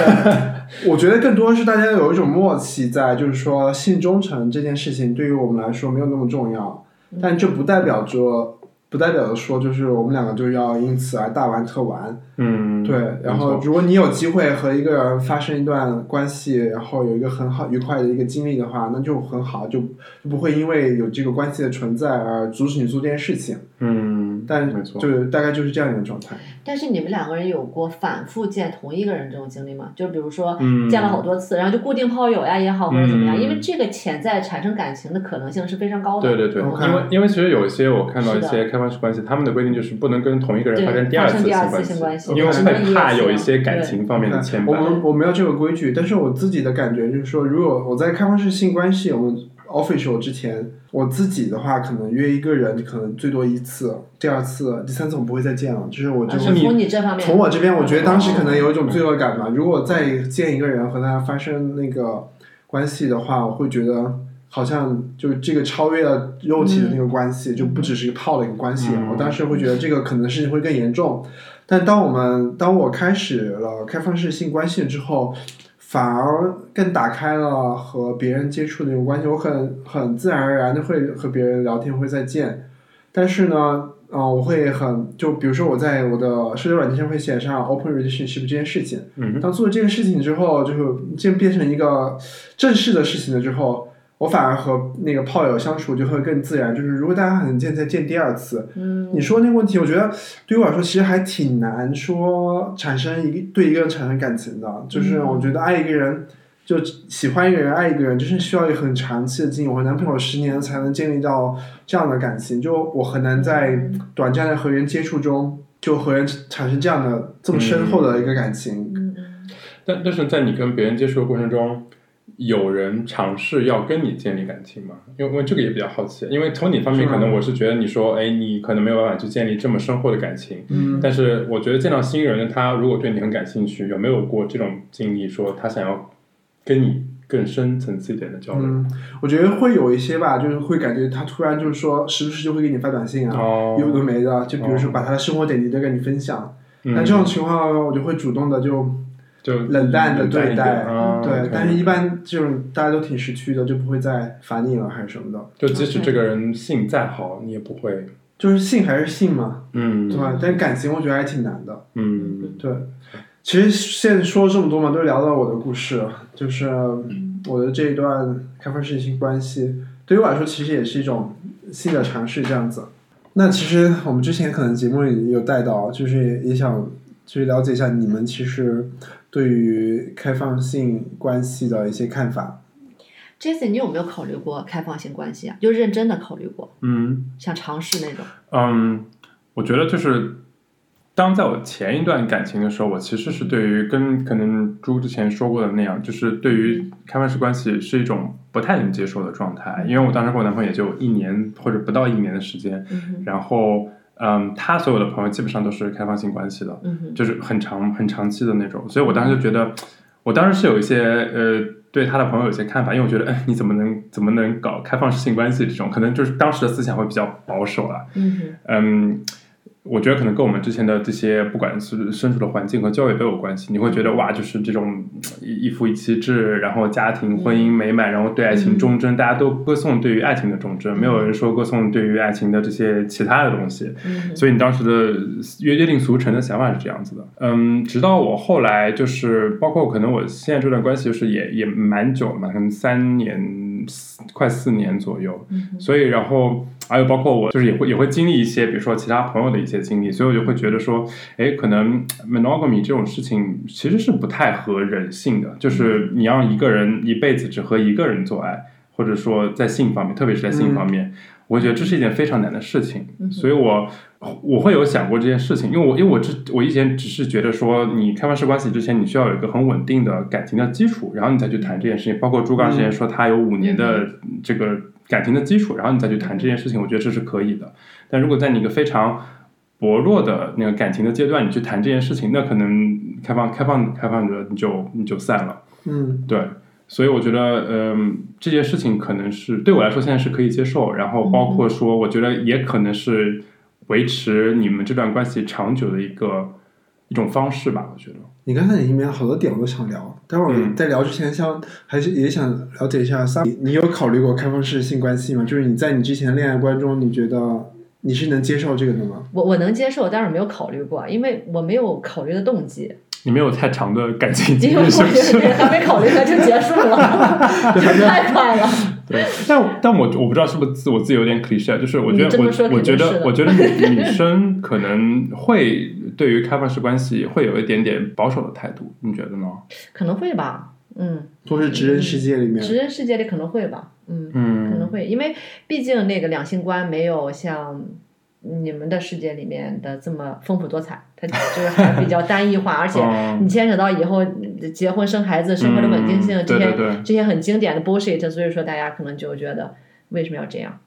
Speaker 1: 我觉得更多是大家有一种默契在，就是说性忠诚这件事情对于我们来说没有那么重要，
Speaker 2: 嗯
Speaker 1: 但这不代表着。不代表着说，就是我们两个就要因此而大玩特玩，
Speaker 2: 嗯，
Speaker 1: 对，然
Speaker 2: 没
Speaker 1: 后
Speaker 2: 错
Speaker 1: 如果你有机会和一个人发生一段关系，然后有一个很好愉快的一个经历的话，那就很好，就就不会因为有这个关系的存在而阻止你做这件事情。
Speaker 2: 嗯，
Speaker 1: 但
Speaker 2: 没错，
Speaker 1: 就是大概就是这样一个状态。
Speaker 3: 但是你们两个人有过反复见同一个人这种经历吗？就比如说
Speaker 2: 嗯
Speaker 3: 见了好多次，然后就固定炮友呀也好，或者怎么样，
Speaker 2: 嗯
Speaker 3: 因为这个潜在产生感情的可能性是非常高的。嗯
Speaker 2: 对对对，
Speaker 1: OK
Speaker 2: 因为因为其实有一些我看到一
Speaker 3: 是
Speaker 2: 些开放式关系，他们的规定就是不能跟同一个人
Speaker 3: 对
Speaker 2: 发生第二
Speaker 3: 发生
Speaker 2: 次
Speaker 3: 第二次
Speaker 2: 性
Speaker 3: 性
Speaker 2: 关
Speaker 3: 关
Speaker 2: 系，
Speaker 3: 系
Speaker 2: 因为
Speaker 1: 我
Speaker 2: 会
Speaker 3: 看到
Speaker 2: 怕
Speaker 3: 也
Speaker 2: 有一
Speaker 3: 是
Speaker 2: 些感
Speaker 3: 对
Speaker 2: 情方面的牵
Speaker 1: 我
Speaker 2: 绊。
Speaker 1: 们我没有这个规矩，但是我自己的感觉就是说，如果我在开放式性关系我 official 之前，我自己的话可能约一个人可能最多一次，第二次、第三次我不会再见了，就是我
Speaker 3: 啊，
Speaker 1: 就是会
Speaker 3: 从你这方面，嗯
Speaker 1: 从我这边，我觉得当时可能有一种罪恶感吧。如果再见一个人和他发生那个关系的话，我会觉得好像就这个超越了肉体的那个关系，就不只是一个泡的一个关系。
Speaker 2: 嗯
Speaker 1: 我当时会觉得这个可能事情会更严重。但当我们当我开始了开放式性关系之后，反而更打开了和别人接触的那种关系。我很很自然而然的会和别人聊天，会再见。但是呢，嗯、我会很就比如说我在我的社交软件上会写上 open relationship 这件事情。
Speaker 2: 嗯哼
Speaker 1: 当做了这件事情之后，就是这变成一个正式的事情了之后，我反而和那个炮友相处就会更自然。就是如果大家很见再见第二次，
Speaker 3: 嗯，
Speaker 1: 你说那个问题，我觉得对于我来说其实还挺难说产生一个对一个人产生感情的。就是
Speaker 2: 嗯
Speaker 1: 我觉得爱一个人，就喜欢一个人，爱一个人，就是需要一个很长期的经营。我和男朋友十年才能建立到这样的感情，就我很难在短暂的和人接触中就和人产生这样的这么深厚的一个感情。
Speaker 3: 嗯嗯
Speaker 2: 但但是在你跟别人接触的过程中，有人尝试要跟你建立感情吗？因为因为这个也比较好奇，因为从你方面
Speaker 1: 是吗
Speaker 2: 可能我是觉得你说，哎，你可能没有办法去建立这么深厚的感情。
Speaker 1: 嗯
Speaker 2: 但是我觉得见到新人，他如果对你很感兴趣，有没有过这种经历，说他想要跟你更深层次一点的交流？
Speaker 1: 嗯，我觉得会有一些吧，就是会感觉他突然就是说，时不时就会给你发短信啊，
Speaker 2: 哦，
Speaker 1: 有的没的，就比如说
Speaker 2: 哦
Speaker 1: 把他的生活点滴都跟你分享。
Speaker 2: 嗯，
Speaker 1: 那这种情况，我就会主动的就
Speaker 2: 就
Speaker 1: 冷淡地对
Speaker 2: 一点
Speaker 1: 待
Speaker 2: 啊
Speaker 1: 对
Speaker 2: OK，
Speaker 1: 但是一般这种大家都挺识趣的，就不会再烦你了还是什么的。
Speaker 2: 就即使这个人性再好，你也不会，
Speaker 1: 就是性还是性嘛，
Speaker 2: 嗯
Speaker 1: 对吧？但感情我觉得还挺难的。
Speaker 2: 嗯
Speaker 1: 对，其实现在说这么多嘛，都聊到我的故事，就是我的这一段开放式性关系，对于我来说其实也是一种新的尝试，这样子。那其实我们之前可能节目也有带到，啊就是也想去了解一下你们其实对于开放性关系的一些看法。
Speaker 3: ，Jason，你有没有考虑过开放性关系啊？就认真的考虑过，
Speaker 2: 嗯。
Speaker 3: 想尝试那种。
Speaker 2: 嗯，我觉得就是，当在我前一段感情的时候，我其实是对于跟可能猪之前说过的那样，就是对于开放式关系是一种不太能接受的状态。因为我当时跟我男朋友也就一年或者不到一年的时间，
Speaker 3: 嗯哼，
Speaker 2: 然后嗯，他所有的朋友基本上都是开放性关系的，
Speaker 3: 嗯哼，
Speaker 2: 就是很长很长期的那种，所以我当时就觉得，我当时是有一些呃对他的朋友有些看法，因为我觉得，哎，你怎么能怎么能搞开放式性关系这种？可能就是当时的思想会比较保守啦、
Speaker 3: 嗯哼，
Speaker 2: 嗯，我觉得可能跟我们之前的这些，不管是身处的环境和教育都有关系。你会觉得哇，就是这种嗯一一夫一妻制，然后家庭婚姻美满，然后对爱情忠贞，大家都歌颂对于爱情的忠贞，没有人说歌颂对于爱情的这些其他的东西。
Speaker 3: 嗯哼，
Speaker 2: 所以你当时的约约定俗成的想法是这样子的，嗯，直到我后来就是，包括可能我现在这段关系就是也也蛮久了嘛，可能三年四快四年左右，
Speaker 3: 嗯哼，
Speaker 2: 所以然后还有包括我就是也会也会经历一些，比如说其他朋友的一些经历，所以我就会觉得说，哎，可能 monogamy 这种事情其实是不太合人性的，就是你让一个人一辈子只和一个人做爱，或者说在性方面，特别是在性方面。我觉得这是一件非常难的事情，
Speaker 3: 嗯
Speaker 2: 所以我我会有想过这件事情，因为我因为我之我以前只是觉得说，你开放式关系之前，你需要有一个很稳定的感情的基础，然后你再去谈这件事情。包括朱刚
Speaker 3: 嗯
Speaker 2: 之前说他有五年的这个感情的基础，然后你再去谈这件事情，我觉得这是可以的。但如果在你一个非常薄弱的那个感情的阶段，你去谈这件事情，那可能开放开放开放着你就你就散了。
Speaker 1: 嗯
Speaker 2: 对，所以我觉得，嗯，这件事情可能是对我来说现在是可以接受，然后包括说，我觉得也可能是维持你们这段关系长久的一个一种方式吧。我觉得，
Speaker 1: 你刚才里面好多点我都想聊，待会儿
Speaker 2: 嗯
Speaker 1: 在聊之前想，还是也想了解一下萨，你你有考虑过开放式性关系吗？就是你在你之前的恋爱观中，你觉得你是能接受这个的吗？
Speaker 3: 我我能接受，但是没有考虑过，因为我没有考虑的动机，
Speaker 2: 你没有太长的感情经
Speaker 3: 因为
Speaker 2: 历，是
Speaker 3: 我
Speaker 2: 不
Speaker 3: 觉得
Speaker 2: 是？
Speaker 3: 还没考虑它就结束了，太快了。
Speaker 2: 对，但但我我不知道是不是自我自己有点 cliche，就是我觉
Speaker 3: 你这
Speaker 2: 得
Speaker 3: 么
Speaker 2: 我
Speaker 3: 说肯
Speaker 2: 我觉
Speaker 3: 定是
Speaker 2: 得
Speaker 3: 的
Speaker 2: 我觉得女女生可能会对于开放式关系会有一点点保守的态度，你觉得呢？
Speaker 3: 可能会吧，嗯，
Speaker 1: 都是直人世界里面，
Speaker 3: 直人世界里可能会吧，嗯，
Speaker 2: 嗯，
Speaker 3: 可能会，因为毕竟那个两性观没有像你们的世界里面的这么丰富多彩，它就是还比较单一 化，而且
Speaker 2: 嗯
Speaker 3: 你牵扯到以后结婚生孩子、生活的稳定性、
Speaker 2: 嗯
Speaker 3: 这
Speaker 2: 对
Speaker 3: 些
Speaker 2: 对对
Speaker 3: 这些很经典的 bullshit，所以说大家可能就觉得为什么要这样？嗯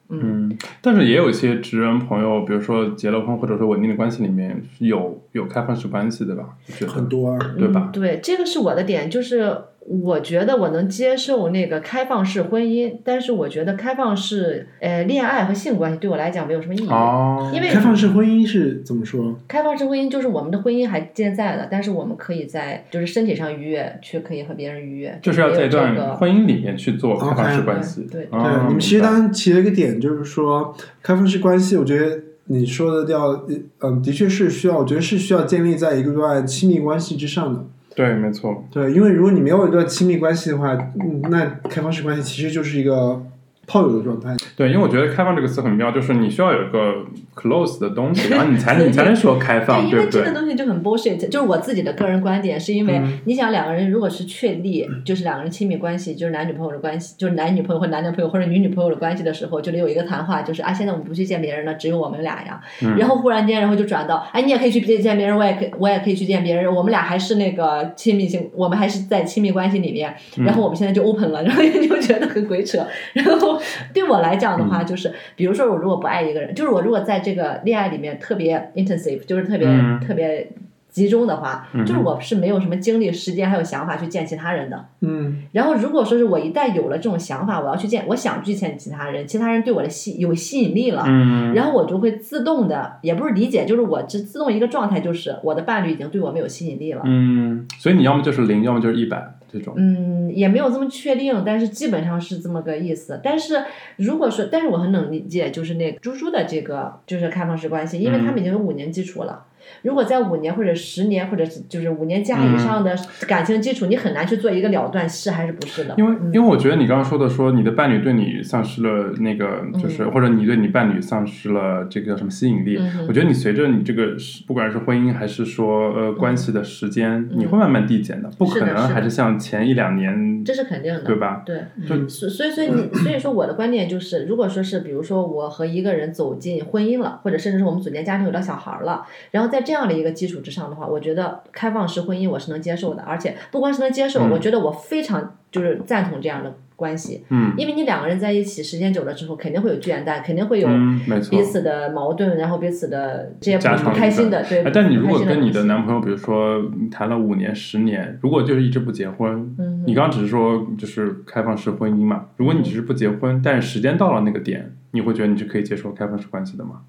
Speaker 2: 嗯，但是也有一些直人朋友，比如说结了婚或者说稳定的关系里面有有开放式关系，对吧？我觉得
Speaker 1: 很多啊。
Speaker 2: 对吧
Speaker 3: 嗯？对，这个是我的点，就是我觉得我能接受那个开放式婚姻，但是我觉得开放式呃恋爱和性关系对我来讲没有什么意义。
Speaker 2: 哦，
Speaker 3: 因为
Speaker 1: 开放式婚姻是怎么说？
Speaker 3: 开放式婚姻就是我们的婚姻还健在的，但是我们可以在就是身体上愉悦，却可以和别人愉悦，
Speaker 2: 就是要
Speaker 3: 没
Speaker 2: 在一
Speaker 3: 有这个
Speaker 2: 段婚姻里面去做开放式
Speaker 1: OK
Speaker 2: 关系。
Speaker 3: 对
Speaker 2: 哦
Speaker 1: 对，你们其实
Speaker 2: 明白
Speaker 1: 刚刚提了一个点，就是说开放式关系，我觉得你说的要，嗯，的确是需要，我觉得是需要建立在一个段亲密关系之上的。
Speaker 2: 对，没错，
Speaker 1: 对，因为如果你没有一段亲密关系的话，嗯那开放式关系其实就是一个炮友的状态。
Speaker 2: 对，因为我觉得开放这个词很妙，就是你需要有一个 close 的东西，然后你才能你才能说开放，
Speaker 3: 因
Speaker 2: 对
Speaker 3: 为
Speaker 2: 不
Speaker 3: 这个
Speaker 2: 对？嗯
Speaker 3: 东西就很 bullshit，就是我自己的个人观点，是因为你想两个人如果是确立，就是两个人亲密关系，就是男女朋友的关系，就是男女朋友或男男朋友或者女女朋友的关系的时候，就得有一个谈话，就是啊，现在我们不去见别人了，只有我们俩呀。
Speaker 2: 嗯
Speaker 3: 然后忽然间，然后就转到，哎，你也可以去见见别人，我也可以我也可以去见别人，我们俩还是那个亲密性，我们还是在亲密关系里面，
Speaker 2: 嗯
Speaker 3: 然后我们现在就 open 了，然后 你就觉得很鬼扯。然后对我来讲的话，
Speaker 2: 嗯
Speaker 3: 就是比如说我如果不爱一个人，就是我如果在这个恋爱里面特别 intensive，就是特别、
Speaker 2: 嗯
Speaker 3: 特别集中的话，
Speaker 2: 嗯
Speaker 3: 就是我是没有什么精力、时间还有想法去见其他人的。
Speaker 1: 嗯
Speaker 3: 然后如果说是我一旦有了这种想法，我要去见，我想去见其他人，其他人对我的吸有吸引力了，
Speaker 2: 嗯，
Speaker 3: 然后我就会自动的，也不是理解，就是我自自动一个状态，就是我的伴侣已经对我没有吸引力了。
Speaker 2: 嗯，所以你要么就是零，要么就是一百这种。
Speaker 3: 嗯，也没有这么确定，但是基本上是这么个意思。但是如果说，但是我很能理解，就是那个猪猪的这个就是开放式关系，因为他们已经有五年基础了。如果在五年或者十年或者是就是五年加以上的感情基础，你很难去做一个了断是还是不是的。
Speaker 2: 嗯因为，因为我觉得你刚刚说的说你的伴侣对你丧失了那个，就是、或者你对你伴侣丧失了这个叫什么吸引力，
Speaker 3: 嗯哼
Speaker 2: 我觉得你随着你这个是不管是婚姻还是说呃关系的时间，你会慢慢递减的，不
Speaker 3: 嗯是
Speaker 2: 可
Speaker 3: 的
Speaker 2: 能
Speaker 3: 是的
Speaker 2: 还是像前一两年，
Speaker 3: 这是肯定的，
Speaker 2: 对吧？
Speaker 3: 对，
Speaker 2: 就
Speaker 3: 所所以所以 你所以说我的观点就是，如果说是比如说我和一个人走进婚姻了，或者甚至是我们组建家庭有了小孩了，然后在这样的一个基础之上的话，我觉得开放式婚姻我是能接受的，而且不光是能接受，
Speaker 2: 嗯
Speaker 3: 我觉得我非常就是赞同这样的关系，
Speaker 2: 嗯
Speaker 3: 因为你两个人在一起时间久了之后，肯定会有倦怠，肯定会有
Speaker 2: 嗯，没错
Speaker 3: 彼。此的矛盾，然后彼此的这些
Speaker 2: 家
Speaker 3: 不
Speaker 2: 长
Speaker 3: 开心的，对
Speaker 2: 哎，。但你
Speaker 3: 不
Speaker 2: 如
Speaker 3: 开
Speaker 2: 果
Speaker 3: 心
Speaker 2: 跟你的
Speaker 3: 东西
Speaker 2: 男朋友，比如说嗯谈了五年、十年，如果就是一直不结婚，
Speaker 3: 嗯
Speaker 2: 你刚刚只是说就是开放式婚姻嘛，如果你只是不结婚，但是时间到了那个点，你会觉得你是可以接受开放式关系的吗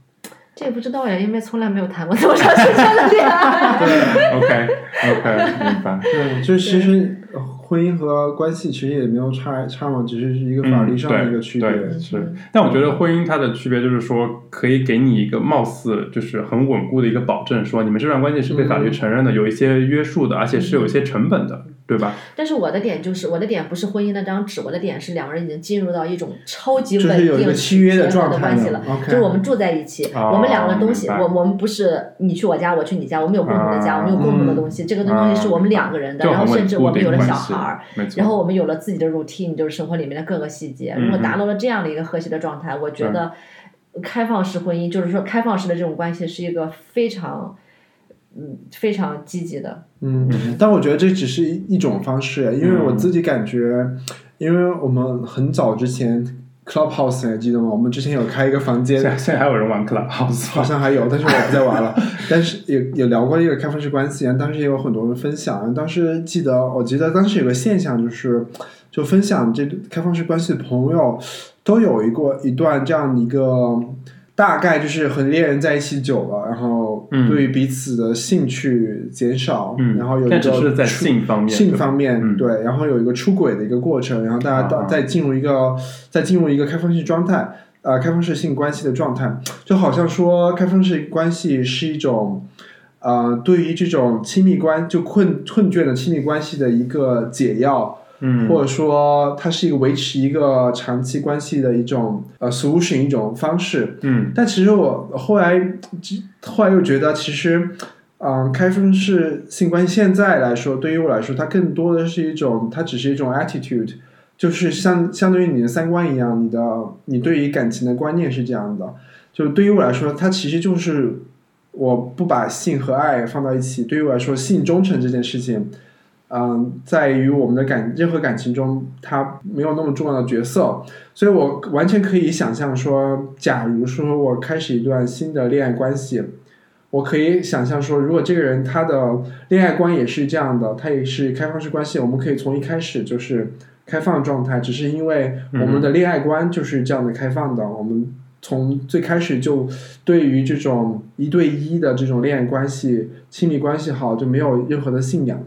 Speaker 3: 这也不知道呀，因为从来没有谈过这么长时间的恋 爱。
Speaker 2: ？OK OK，明 白。
Speaker 1: 对，就是其实呃婚姻和关系其实也没有差差嘛，只是一个法律上的一个区别。
Speaker 2: 嗯、对对是
Speaker 3: 嗯，
Speaker 2: 但我觉得婚姻它的区别就是说，可以给你一个貌似就是很稳固的一个保证，说你们这段关系是被
Speaker 3: 嗯
Speaker 2: 法律承认的，有一些约束的，而且是有一些成本的，对吧？
Speaker 3: 但是我的点就是，我的点不是婚姻那张纸，我的点是两个人已经进入到一种超级
Speaker 1: 就
Speaker 3: 稳
Speaker 1: 是有一
Speaker 3: 定
Speaker 1: 个契约
Speaker 3: 的
Speaker 1: 的状态
Speaker 3: 关系
Speaker 1: 了
Speaker 3: 了。。就
Speaker 1: OK，
Speaker 3: 是我们住在一起，
Speaker 2: 哦
Speaker 3: 我们两个东西，
Speaker 2: 明白
Speaker 3: 我我们不是你去我家，我去你家，我们有共同的家，
Speaker 2: 啊
Speaker 3: 我们有共同的东西，这个东西是我们两个人的，
Speaker 2: 就
Speaker 3: 然
Speaker 2: 很
Speaker 3: 后甚
Speaker 2: 稳
Speaker 3: 至我
Speaker 2: 固
Speaker 3: 们
Speaker 2: 的一
Speaker 3: 有
Speaker 2: 个
Speaker 3: 了
Speaker 2: 关
Speaker 3: 小
Speaker 2: 系
Speaker 3: 孩儿，，
Speaker 2: 没错。
Speaker 3: 然后我们有了自己的 routine，就是生活里面的各个细节。
Speaker 2: 嗯
Speaker 3: 如果达到了这样的一个和谐的状态，我觉得开放式婚姻，就是说开放式的这种关系，是一个非常嗯非常积极的。
Speaker 1: 嗯，但我觉得这只是一一种方式，啊因为我自
Speaker 2: 嗯
Speaker 1: 己感觉，因为我们很早之前 Clubhouse 你还记得吗？我们之前有开一个房间
Speaker 2: 现，在现在还有人玩 Clubhouse
Speaker 1: 好
Speaker 2: 吗？
Speaker 1: 像还有，但是我不再玩 了。但是也也聊过一个开放式关系，然后当时也有很多人分享。当时记得，我记得当时有个现象就是，就分享这个开放式关系的朋友，都有一过一段这样的一个。大概就是和恋人在一起久了，然后
Speaker 2: 嗯
Speaker 1: 对于彼此的兴趣减少，
Speaker 2: 嗯，
Speaker 1: 然后有一个
Speaker 2: 但只是在性方面，
Speaker 1: 性方面、
Speaker 2: 嗯
Speaker 1: 对，然后有一个出轨的一个过程，然后大家到、
Speaker 2: 啊
Speaker 1: 再进入一个再进入一个开放式状态，呃，开放式性关系的状态，就好像说开放式关系是一种，呃，对于这种亲密关就困困倦的亲密关系的一个解药，
Speaker 2: 嗯，
Speaker 1: 或者说它是一个维持一个长期关系的一种呃 solution 一种方式，
Speaker 2: 嗯
Speaker 1: 但其实我后来，其后来又觉得，其实，嗯，开放式性关系现在来说，对于我来说，它更多的是一种，它只是一种 attitude，就是相相当于你的三观一样，你的你对于感情的观念是这样的。就对于我来说，它其实就是我不把性和爱放到一起。对于我来说，性忠诚这件事情，嗯，在于我们的感任何感情中，它没有那么重要的角色。所以我完全可以想象说，假如说我开始一段新的恋爱关系，我可以想象说，如果这个人他的恋爱观也是这样的，他也是开放式关系，我们可以从一开始就是开放状态，只是因为我们的恋爱观就是这样的开放的，我们从最开始就对于这种一对一的这种恋爱关系、亲密关系好，就没有任何的信仰。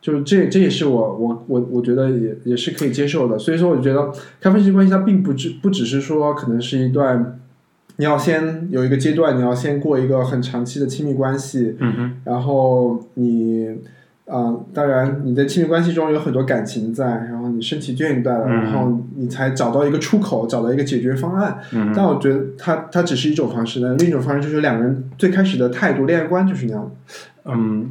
Speaker 1: 就这，这也是我我我我觉得也也是可以接受的，所以说我觉得开放式关系它并不只不只是说可能是一段，你要先有一个阶
Speaker 2: 嗯
Speaker 1: 段，你要先过一个很长期的亲密关系，
Speaker 2: 嗯哼，
Speaker 1: 然后你嗯，当然你的亲密关系中有很多感情在，然后你身体倦怠了，
Speaker 2: 嗯
Speaker 1: 然后你才找到一个出口，找到一个解决方案。
Speaker 2: 嗯
Speaker 1: 但我觉得它它只是一种方式，但另一种方式就是两个人最开始的态度、恋爱观就是那样的。
Speaker 2: 嗯，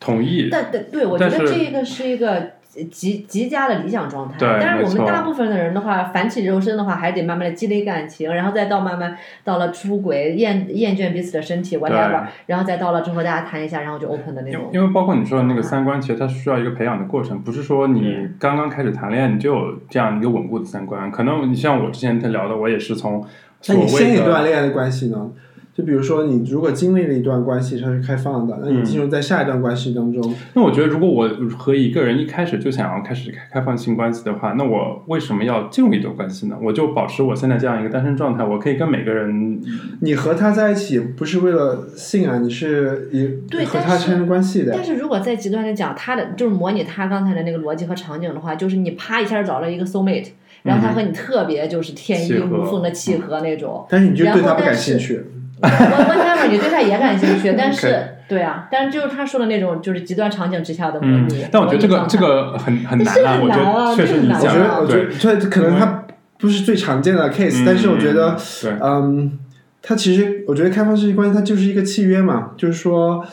Speaker 2: 同意。
Speaker 3: 但但对，我觉得
Speaker 2: 但是
Speaker 3: 这个是一个极极佳的理想状态。
Speaker 2: 对
Speaker 3: 但是我
Speaker 2: 没
Speaker 3: 们
Speaker 2: 错
Speaker 3: 大部分的人的话，反起柔身的话，还得慢慢的积累感情，然后再到慢慢到了出轨、厌厌倦彼此的身体，whatever，然后再到了之后大家谈一下，然后就 open 的那
Speaker 2: 因为
Speaker 3: 种。
Speaker 2: 因为包括你说的那个三观，其实它需要一个培养的过程，不是说你刚刚开始谈恋爱你就有这样一个稳固的三观。可能你像我之前聊的，我也是从
Speaker 1: 那
Speaker 2: 所
Speaker 1: 你先
Speaker 2: 谓
Speaker 1: 一段
Speaker 2: 的
Speaker 1: 恋爱的关系呢？就比如说，你如果经历了一段关系，它是开放的，那
Speaker 2: 嗯
Speaker 1: 你进入在下一段关系当中，
Speaker 2: 那我觉得，如果我和一个人一开始就想要开始开开放性关系的话，那我为什么要进入一段关系呢？我就保持我现在这样一个单身状态，我可以跟每个人
Speaker 1: 你和他在一起不是为了性啊，你是
Speaker 3: 对
Speaker 1: 以和
Speaker 3: 但
Speaker 1: 他
Speaker 3: 是
Speaker 1: 产生关系的呀
Speaker 3: 但。是如果再极端的讲，他的就是模拟他刚才的那个逻辑和场景的话，就是你啪一下找了一个 soul mate，然后他和你特别就是天衣
Speaker 2: 嗯契合
Speaker 3: 无缝的契合那种。
Speaker 1: 但是你就对他不
Speaker 3: 然后但
Speaker 1: 感
Speaker 3: 是
Speaker 1: 兴趣，
Speaker 3: whatever，你对他也感兴趣，但是
Speaker 2: OK
Speaker 3: 对啊，但是就是他说的那种就是极端场景之下的模
Speaker 2: 嗯
Speaker 3: 拟。，
Speaker 2: 但我觉得这
Speaker 3: 模
Speaker 2: 个
Speaker 3: 拟
Speaker 2: 这
Speaker 3: 状态
Speaker 2: 个很很难
Speaker 3: 这个
Speaker 2: 啊，
Speaker 3: 很
Speaker 2: 我觉
Speaker 3: 难啊
Speaker 2: 得确实你
Speaker 3: 这
Speaker 1: 我
Speaker 3: 个
Speaker 1: 觉
Speaker 2: 讲
Speaker 3: 很难
Speaker 1: 得
Speaker 3: 啊
Speaker 2: 的
Speaker 1: 我觉
Speaker 2: 对
Speaker 1: 得，这可能他不是最常见的 case，、
Speaker 2: 嗯
Speaker 1: 但是我觉得，
Speaker 2: 对，
Speaker 1: 嗯，他其实我觉得开放式关系它就是一个契约嘛，就是说，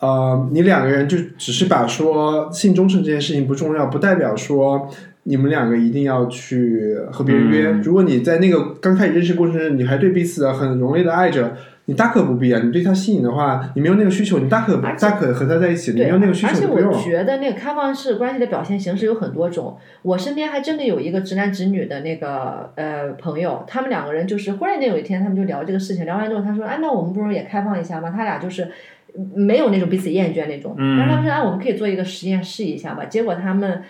Speaker 1: 呃，你两个人就只是把说性忠诚这件事情不重要，不代表说你们两个一定要去和别人约。
Speaker 2: 嗯
Speaker 1: 如果你在那个刚开始认识过程中，你还对彼此很浓烈的爱着。你大可不必啊！你对他吸引的话，你没有那个需求，你大可
Speaker 3: 而且
Speaker 1: 大可和他在一起，你
Speaker 3: 对，
Speaker 1: 没有那个需
Speaker 3: 而
Speaker 1: 求
Speaker 3: 且
Speaker 1: 就不
Speaker 3: 我
Speaker 1: 用。
Speaker 3: 觉得那个开放式关系的表现形式有很多种。我身边还真的有一个直男直女的那个呃朋友，他们两个人就是忽然间有一天，他们就聊这个事情，聊完之后他说：“哎，那我们不如也开放一下嘛？”他俩就是。嗯没有那种彼此厌倦那种，
Speaker 2: 嗯
Speaker 3: 然后他们说：“哎，我们可以做一个实验试一下吧。”结果他们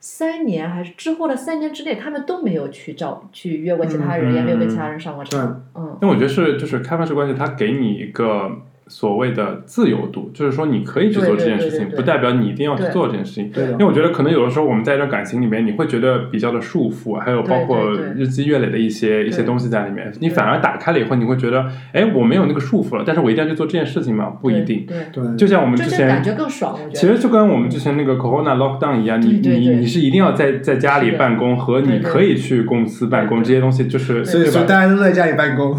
Speaker 3: 三年还是之后的三年之内，他们都没有去找去约过其他人，
Speaker 2: 嗯
Speaker 3: 也没有跟其他人上过
Speaker 1: 对
Speaker 3: 床。嗯，
Speaker 2: 那我觉得是就是开放式关系，它给你一个所谓的自由度，就是说你可以去做这件
Speaker 3: 对
Speaker 2: 事
Speaker 3: 对对
Speaker 2: 情，
Speaker 3: 对对
Speaker 2: 不代表你一定要去
Speaker 3: 对
Speaker 2: 做这件事情。
Speaker 1: 对
Speaker 2: 因为我觉得可能有的时候我们在一段感情里面，你会觉得比较的束缚，还有包括
Speaker 3: 对对对
Speaker 2: 日积月累的一些一些东西在里面，你反而打开了以后，你会觉得，哎，我没有那个束缚了，但是我一定要去做这件事情吗？不一定。
Speaker 3: 对，对
Speaker 1: 对，
Speaker 2: 就像我们
Speaker 3: 就
Speaker 2: 之
Speaker 3: 这感
Speaker 2: 前，
Speaker 3: 觉更爽，我觉得。
Speaker 2: 其实就跟我们之前那个 corona lockdown 一样，你
Speaker 3: 对对对
Speaker 2: 你你是一定要在在家
Speaker 3: 是
Speaker 2: 里
Speaker 3: 的
Speaker 2: 办公和
Speaker 3: 对
Speaker 2: 你
Speaker 3: 对
Speaker 2: 可以去公司办公这些东西，就是
Speaker 1: 所以
Speaker 2: 对
Speaker 1: 所
Speaker 2: 吧
Speaker 1: 以？大家都在家里办公，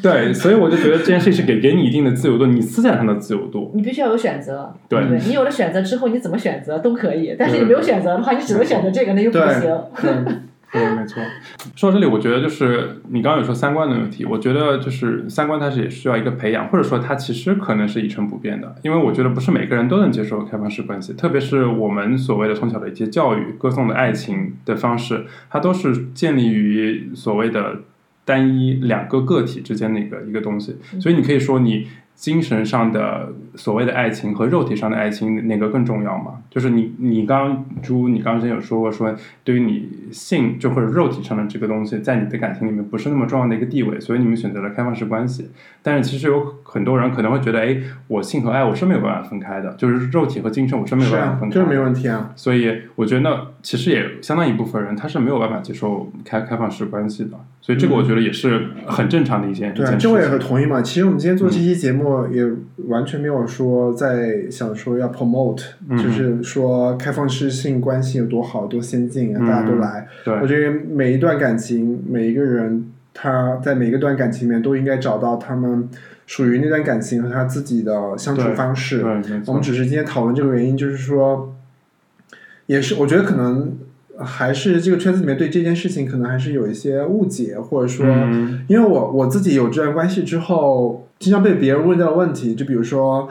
Speaker 2: 对，所以我就觉得这件事是给给你一定的自由度，你思想上的自由度。
Speaker 3: 你必须要有选择，
Speaker 2: 对
Speaker 3: 不你有了选择之后，你怎么选择都可以，但是你没有选择的话，你只能选择这个，那就不行。
Speaker 2: 对，没错。说到这里，我觉得就是你刚刚有说三观的问题，我觉得就是三观它是也需要一个培养，或者说它其实可能是一成不变的，因为我觉得不是每个人都能接受开放式关系，特别是我们所谓的从小的一些教育、歌颂的爱情的方式，它都是建立于所谓的单一两个个体之间的一个一个东西，所以你可以说你精神上的所谓的爱情和肉体上的爱情哪个更重要嘛？就是你你刚朱你刚之前有说过说，对于你性就或者肉体上的这个东西，在你的感情里面不是那么重要的一个地位，所以你们选择了开放式关系。但是其实有很多人可能会觉得，哎，我性和爱我是没有办法分开的，就是肉体和精神我是没有
Speaker 1: 是
Speaker 2: 办法
Speaker 1: 啊
Speaker 2: 分，开
Speaker 1: 这
Speaker 2: 的。
Speaker 1: 没问题啊。
Speaker 2: 所以我觉得那其实也相当一部分人他是没有办法接受开开放式关系的，所以这个我觉得也是很正常的一件、
Speaker 1: 嗯对
Speaker 2: 一
Speaker 1: 啊，
Speaker 2: 件事
Speaker 1: 这我也很
Speaker 2: 情。
Speaker 1: 同意嘛。其实我们今天做
Speaker 2: 嗯
Speaker 1: 这期节目，也完全没有说在想说要 promote，、
Speaker 2: 嗯
Speaker 1: 就是说开放式性关系有多好、多先进啊，
Speaker 2: 嗯
Speaker 1: 大家都来。我
Speaker 2: 对，
Speaker 1: 觉得每一段感情，每一个人他在每一个段感情里面都应该找到他们属于那段感情和他自己的相处
Speaker 2: 对
Speaker 1: 方式。
Speaker 2: 对，没
Speaker 1: 我
Speaker 2: 错
Speaker 1: 们。只是今天讨论这个原因，就是说，也是我觉得可能还是这个圈子里面对这件事情可能还是有一些误解，或者说，
Speaker 2: 嗯
Speaker 1: 因为我我自己有这段关系之后，经常被别人问到的问题，就比如说，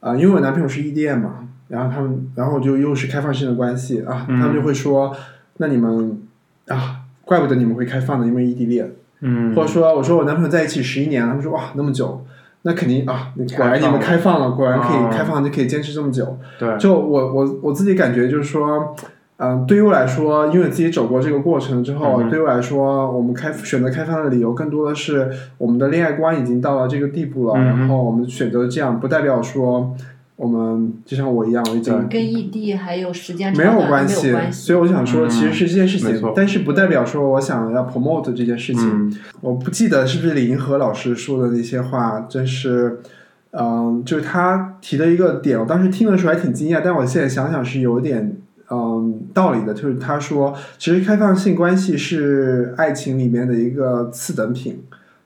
Speaker 1: 呃，因为我男朋友是异地恋嘛，然后他们，然后我就又是开放性的关系啊，他们就会说，那你们啊，怪不得你们会开放的，因为异地恋。
Speaker 2: 嗯，
Speaker 1: 或者说我说我男朋友在一起十一年了，他们说哇那么久，那肯定啊，你果然你们开放了，啊果然可
Speaker 2: 嗯
Speaker 1: 以开放就可以坚持这么久。
Speaker 2: 对，
Speaker 1: 就我我我自己感觉就是说，嗯、对于我来说，因为自己走过这个过程之后，
Speaker 2: 嗯哼
Speaker 1: 对于我来说，我们开选择开放的理由更多的是我们的恋爱观已经到了这个地步了，
Speaker 2: 嗯哼
Speaker 1: 然后我们选择这样，不代表说我们就像我一样，我已经
Speaker 2: 对
Speaker 3: 跟异地还有时间
Speaker 1: 没
Speaker 3: 长短
Speaker 1: 有
Speaker 3: 都
Speaker 1: 关系，所以我想说，
Speaker 2: 嗯
Speaker 1: 其实是这件事情，
Speaker 2: 没错
Speaker 1: 但是不代表说我想要 promote 这件事情。
Speaker 2: 嗯
Speaker 1: 我不记得是不是李银河老师说的那些话，真是，嗯，就是他提的一个点，我当时听的时候还挺惊讶，但我现在想想是有点嗯道理的。就是他说，其实开放性关系是爱情里面的一个次等品，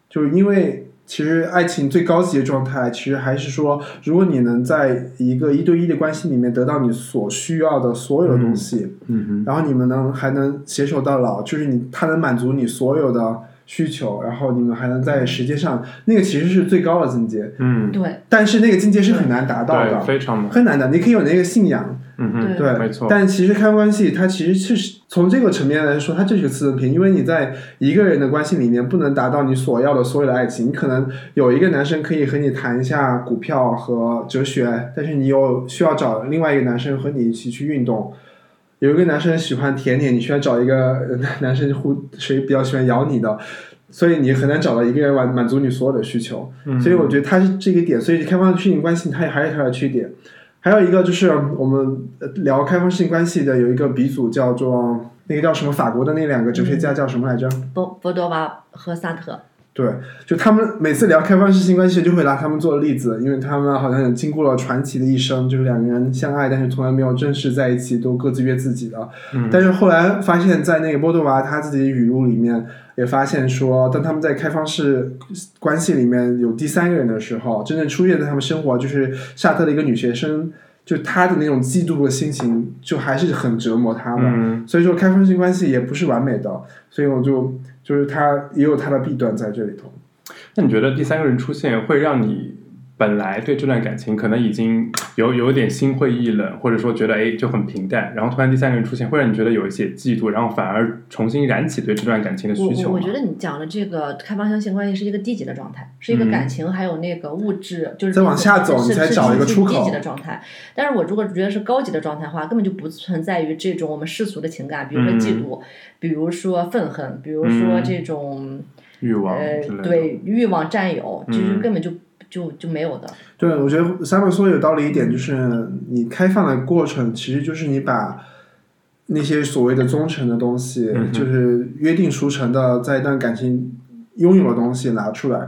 Speaker 1: 就是因为其实爱情最高级的状态，其实还是说，如果你能在一个一对一的关系里面得到你所需要的所有的东西，
Speaker 2: 嗯
Speaker 1: 然后你们能还能携手到老，就是你他能满足你所有的需求，然后你们还能在时间上，那个其实是最高的境界，
Speaker 2: 哼，嗯，
Speaker 3: 对
Speaker 1: 但是那个境界是很难达到
Speaker 2: 对，
Speaker 1: 的，
Speaker 2: 非常的，
Speaker 1: 很难的。你可以有那个信仰，
Speaker 2: 嗯
Speaker 3: 对
Speaker 2: 哼，
Speaker 1: 对，
Speaker 2: 没错，
Speaker 1: 但其实开放关系它其实是从这个层面来说，它就是个次等品，因为你在一个人的关系里面不能达到你所要的所有的爱情，你可能有一个男生可以和你谈一下股票和哲学，但是你有需要找另外一个男生和你一起去运动。有一个男生喜欢舔你，你需要找一个呃男生互谁比较喜欢咬你的，所以你很难找到一个人满满足你所有的需求。
Speaker 2: 嗯
Speaker 1: 所以我觉得它是这个点，所以开放性关系它也还有它的缺点。还有一个就是我们呃聊开放性关系的有一个鼻祖叫做那个叫什么法国的那两个哲学家叫什么来着？
Speaker 3: 博博多娃和萨特，
Speaker 1: 对，就他们每次聊开放式性关系，就会拿他们做例子，因为他们好像也经过了传奇的一生，就是两个人相爱，但是从来没有正式在一起，都各自约自己的。
Speaker 2: 嗯
Speaker 1: 但是后来发现，在那个波多娃他自己的语录里面也发现说，当他们在开放式关系里面有第三个人的时候，真正出现在他们生活，就是夏特的一个女学生，就她的那种嫉妒的心情，就还是很折磨她的。
Speaker 2: 嗯，
Speaker 1: 所以说开放性关系也不是完美的，所以我就就是它也有它的弊端在这里头。
Speaker 2: 那你觉得第三个人出现会让你本来对这段感情可能已经有有点心灰意冷，或者说觉得哎就很平淡，然后突然第三个人出现，会让你觉得有一些嫉妒，然后反而重新燃起对这段感情的
Speaker 3: 我
Speaker 2: 需求
Speaker 3: 我我
Speaker 2: 吗
Speaker 3: 觉得你讲的这个开放性关系是一个低级的状态，是一个
Speaker 2: 嗯
Speaker 3: 感情还有那个物质，就是
Speaker 1: 再往下走
Speaker 3: 是
Speaker 1: 你才
Speaker 3: 是
Speaker 1: 找一个
Speaker 3: 是
Speaker 1: 出
Speaker 3: 低
Speaker 1: 口
Speaker 3: 级的状态。但是我如果觉得是高级的状态的话，根本就不存在于这种我们世俗的情感，比如说
Speaker 1: 嗯
Speaker 3: 嫉妒，比如说愤恨，比如说
Speaker 2: 嗯
Speaker 3: 这种、
Speaker 2: 欲望
Speaker 3: 呃
Speaker 2: 之类的，
Speaker 3: 对欲望占有，就是
Speaker 2: 嗯
Speaker 3: 根本就就就没有的。
Speaker 1: 对，我觉得三本说的有道理一点，就是你开放的过程，其实就是你把那些所谓的忠诚的东西，
Speaker 2: 嗯哼
Speaker 1: 就是约定俗成的在一段感情拥有的东西拿出来。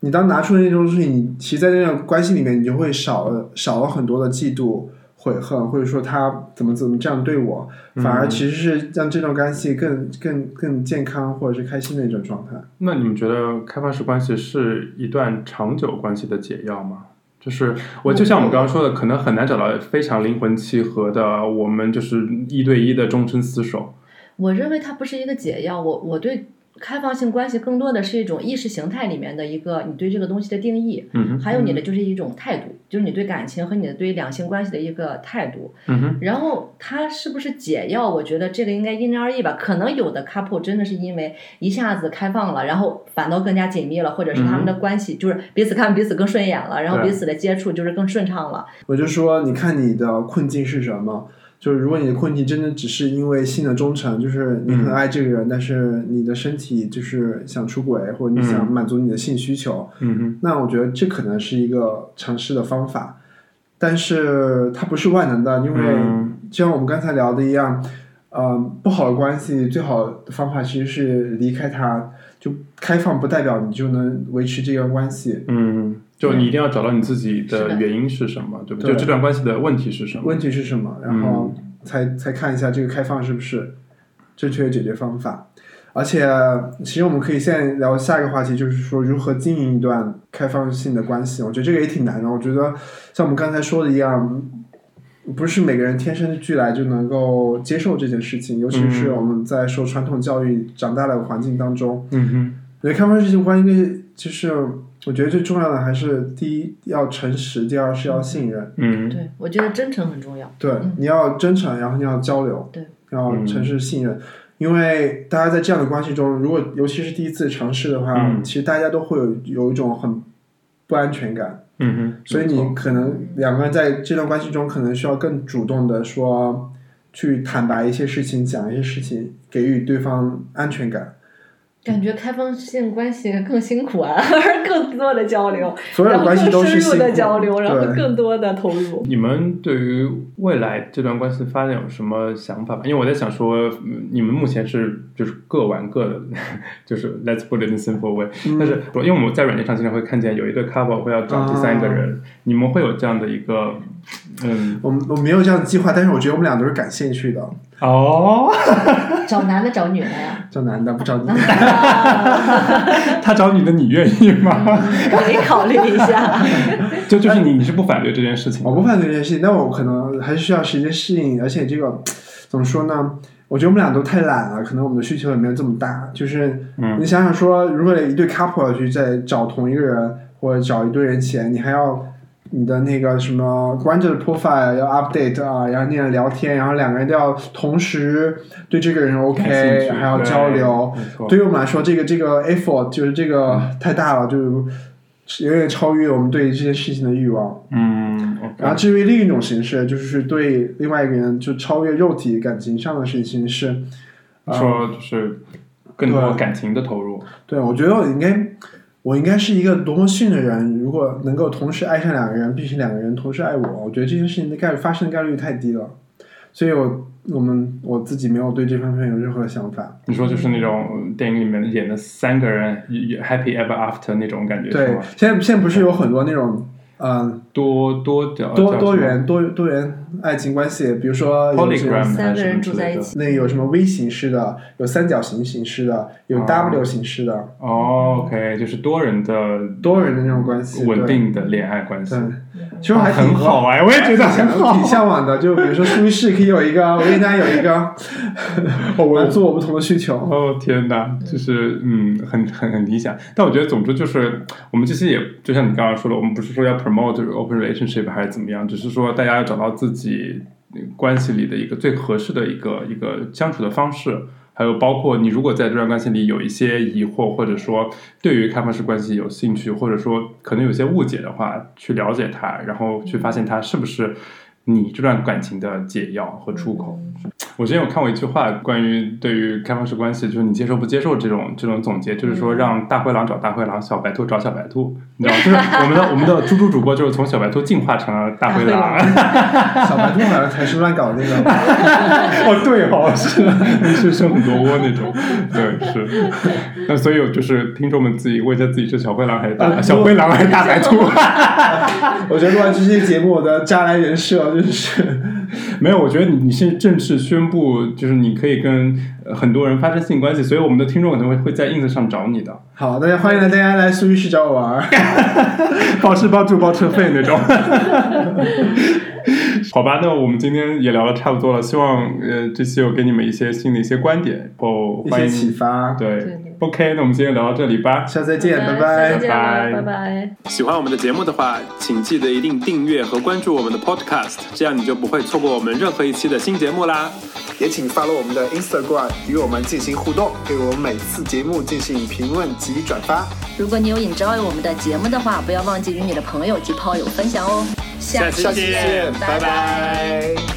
Speaker 1: 你当拿出来那种东西，你其实在那段关系里面，你就会少了少了很多的嫉妒、悔恨，或者说他怎么怎么这样对我，
Speaker 2: 嗯
Speaker 1: 反而其实是让这段关系更更更健康或者是开心的一种状态。
Speaker 2: 那你们觉得开放式关系是一段长久关系的解药吗？就是我
Speaker 3: 嗯
Speaker 2: 就像我们刚刚说的，可能很难找到非常灵魂契合的，我们就是一对一的终身厮守。
Speaker 3: 我认为它不是一个解药，我我对开放性关系更多的是一种意识形态里面的一个你对这个东西的定义，
Speaker 2: 嗯哼，
Speaker 3: 还有你的就是一种态度，就是你对感情和你的对两性关系的一个态度。
Speaker 2: 嗯哼，
Speaker 3: 然后它是不是解药？我觉得这个应该因人而异吧。可能有的 couple 真的是因为一下子开放了，然后反倒更加紧密了，或者是他们的关系就是彼此看彼此更顺眼了，然后
Speaker 2: 嗯对
Speaker 3: 彼此的接触就是更顺畅了。
Speaker 1: 我就说，你看你的困境是什么？就是如果你的困境真的只是因为性的忠诚，就是你
Speaker 2: 嗯
Speaker 1: 很爱这个人，但是你的身体就是想出轨，或者你想
Speaker 2: 嗯
Speaker 1: 满足你的性需求，
Speaker 2: 嗯哼，
Speaker 1: 那我觉得这可能是一个尝试的方法，但是它不是万能的，因为
Speaker 2: 嗯
Speaker 1: 就像我们刚才聊的一样，呃，不好的关系最好的方法其实是离开它，就开放不代表你就能维持这段关系，
Speaker 2: 嗯，就你一定要找到你自己
Speaker 3: 是
Speaker 2: 的
Speaker 3: 的
Speaker 2: 原因是什么，对不对？
Speaker 1: 对
Speaker 2: 就这段关系的问题是什么？
Speaker 1: 问题是什么，然后才、才看一下这个开放是不是正确的解决方法。而且，其实我们可以现在聊下一个话题，就是说如何经营一段开放性的关系。我觉得这个也挺难的。我觉得像我们刚才说的一样，不是每个人天生俱来就能够接受这件事情，尤其是我们在受传统教育长大的环境当中。
Speaker 2: 嗯哼，
Speaker 1: 对，开放式性关系就是，我觉得最重要的还是第一要诚实，第二是要信任。
Speaker 2: 嗯，
Speaker 3: 对，我觉得真诚很重要。
Speaker 1: 对，你要真诚，然后你要交流，
Speaker 3: 嗯对，
Speaker 1: 要诚实信任。因为大家在这样的关系中，如果尤其是第一次尝试的话，
Speaker 2: 嗯
Speaker 1: 其实大家都会有有一种很不安全感，
Speaker 2: 嗯哼，
Speaker 1: 所以
Speaker 2: 没错
Speaker 1: 你可能两个人在这段关系中，可能需要更主动的说，去坦白一些事情，讲一些事情，给予对方安全感。
Speaker 3: 感觉开放性关系更辛苦啊， 更多的交流，
Speaker 1: 所有
Speaker 3: 然后
Speaker 1: 关系都
Speaker 3: 更
Speaker 1: 是
Speaker 3: 深入
Speaker 1: 辛
Speaker 3: 的
Speaker 1: 苦
Speaker 3: 交流，然后
Speaker 1: 对，
Speaker 3: 更多的投入。
Speaker 2: 你们对于未来这段关系的发展有什么想法吗？因为我在想说，嗯你们目前是就是各玩各的， 就是 let's put it in simple way、
Speaker 1: 嗯
Speaker 2: 但是我因为我们在软件上经常会看见有一对 couple 会要找第三个人，
Speaker 1: 啊
Speaker 2: 你们会有这样的一个嗯
Speaker 1: 我们我没有这样的计划，但是我觉得我们俩都是感兴趣的。
Speaker 2: 哦，
Speaker 3: 找男的找女的呀？
Speaker 1: 找男的不 找女的，
Speaker 2: 他找你的你愿意吗？
Speaker 3: 啊 可以考虑一下。
Speaker 2: 就就是你你是不反对这件事情的？
Speaker 1: 我不反对这件事情，但我可能还是需要时间适应，而且这个怎么说呢？我觉得我们俩都太懒了，可能我们的需求也没有这么大。就是
Speaker 2: 嗯
Speaker 1: 你想想说，如果一对 couple 要去再找同一个人或者找一堆人前，你还要你的那个什么关键的 profile 要 update 啊，然后那样聊天，然后两个人都要同时对这个人
Speaker 2: 感兴
Speaker 1: OK，
Speaker 2: 趣
Speaker 1: 还要交流。，
Speaker 2: 对没错嗯
Speaker 1: 对于我们来说，这个这个 effort 就是这个太大了，就是远远超越我们对这件事情的欲望。
Speaker 2: 嗯，OK，
Speaker 1: 然后至于另一种形式，就是对另外一个人就超越肉体感情上的事情是，呃，
Speaker 2: 说就是更多感情的投入，
Speaker 1: 对我觉得我应该，我应该是一个多么逊的人，如果能够同时爱上两个人，并且两个人同时爱我，我觉得这件事情的概率发生的概率太低了，所以我我们我自己没有对这方面有任何的想法。
Speaker 2: 你说就是那种电影里面演的三个人也也 happy ever after 那种感觉是
Speaker 1: 对
Speaker 2: 吗？，
Speaker 1: 现在现在不是有很多那种，嗯、
Speaker 2: 多多角
Speaker 1: 多多元多多元爱情关系，比如说有这种
Speaker 2: polygram
Speaker 3: 三个人
Speaker 2: 还是什么之
Speaker 3: 住在
Speaker 2: 类的
Speaker 3: 一起
Speaker 1: 那有什么 V 形式的，有三角形形式的，有
Speaker 2: 哦
Speaker 1: W 形式的。
Speaker 2: 哦，OK，就是多人的
Speaker 1: 多人的那种关系，
Speaker 2: 稳
Speaker 1: 对。
Speaker 2: 定的恋爱关系，
Speaker 1: 对，其实我还挺
Speaker 2: 很好哎，我也觉得很
Speaker 1: 挺
Speaker 2: 好。
Speaker 1: 向往的。就比如说苏黎世可以有一 个，维也纳有一个，嗯满
Speaker 2: 我
Speaker 1: 哦足我不同的需求。
Speaker 2: 哦天哪，就是嗯，很很很理想。但我觉得，总之就是我们这些也就像你刚刚说的，我们不是说要 promote open relationship 还是怎么样，只是说大家要找到自己关系里的一个最合适的一个一个相处的方式。还有包括你如果在这段关系里有一些疑惑，或者说对于开放式关系有兴趣，或者说可能有些误解的话，去了解它，然后去发现它是不是你这段感情的解药和出口。我之前有看过一句话，关于对于开放式关系，就是你接受不接受这种这种总结，就是说让大灰狼找大灰狼，小白兔找小白兔，你知道吗，就是我们的我们的猪猪主播就是从小白兔进化成了大灰
Speaker 3: 大
Speaker 2: 狼
Speaker 3: 灰。
Speaker 1: 小白兔好像才是乱搞那 个。
Speaker 2: 哦，对哦，是 是生很多窝那种，对是。那所以就是听众们自己问一下自己是小灰狼还是大、
Speaker 1: 啊
Speaker 2: 小灰狼还是大白兔？
Speaker 1: 我觉得录完这期节目，我的渣男人设就是
Speaker 2: 没有，我觉得你你是正式宣布，就是你可以跟呃很多人发生性关系，所以我们的听众可能会会在 ins 上找你的，
Speaker 1: 好。大家欢迎来大家来苏黎世找我玩 儿。
Speaker 2: 包吃包住包车费那 种。好吧，那我们今天也聊的差不多了，希望呃这期有给你们一些新的一些观点，然后
Speaker 1: 一
Speaker 2: 欢
Speaker 1: 些
Speaker 2: 迎
Speaker 1: 启发。
Speaker 2: 对
Speaker 3: 对
Speaker 2: OK，那我们今天聊到这里吧。
Speaker 1: 下次再见，拜
Speaker 3: 下
Speaker 1: 拜
Speaker 3: 次。见了拜
Speaker 2: 拜
Speaker 3: 拜。
Speaker 2: 喜欢我们的节目的话，请记得一定订阅和关注我们的 Podcast，这样你就不会错过我们任何一期的新节目啦。
Speaker 1: 也请发 w 我们的 Instagram 与我们进行互动，对我们每次节目进行评论及转发。
Speaker 4: 如果你有 enjoy 我们的节目的话，不要忘记与你的朋友及炮友分享哦。
Speaker 2: 下期
Speaker 4: 期
Speaker 2: 见拜拜
Speaker 4: 拜
Speaker 1: 拜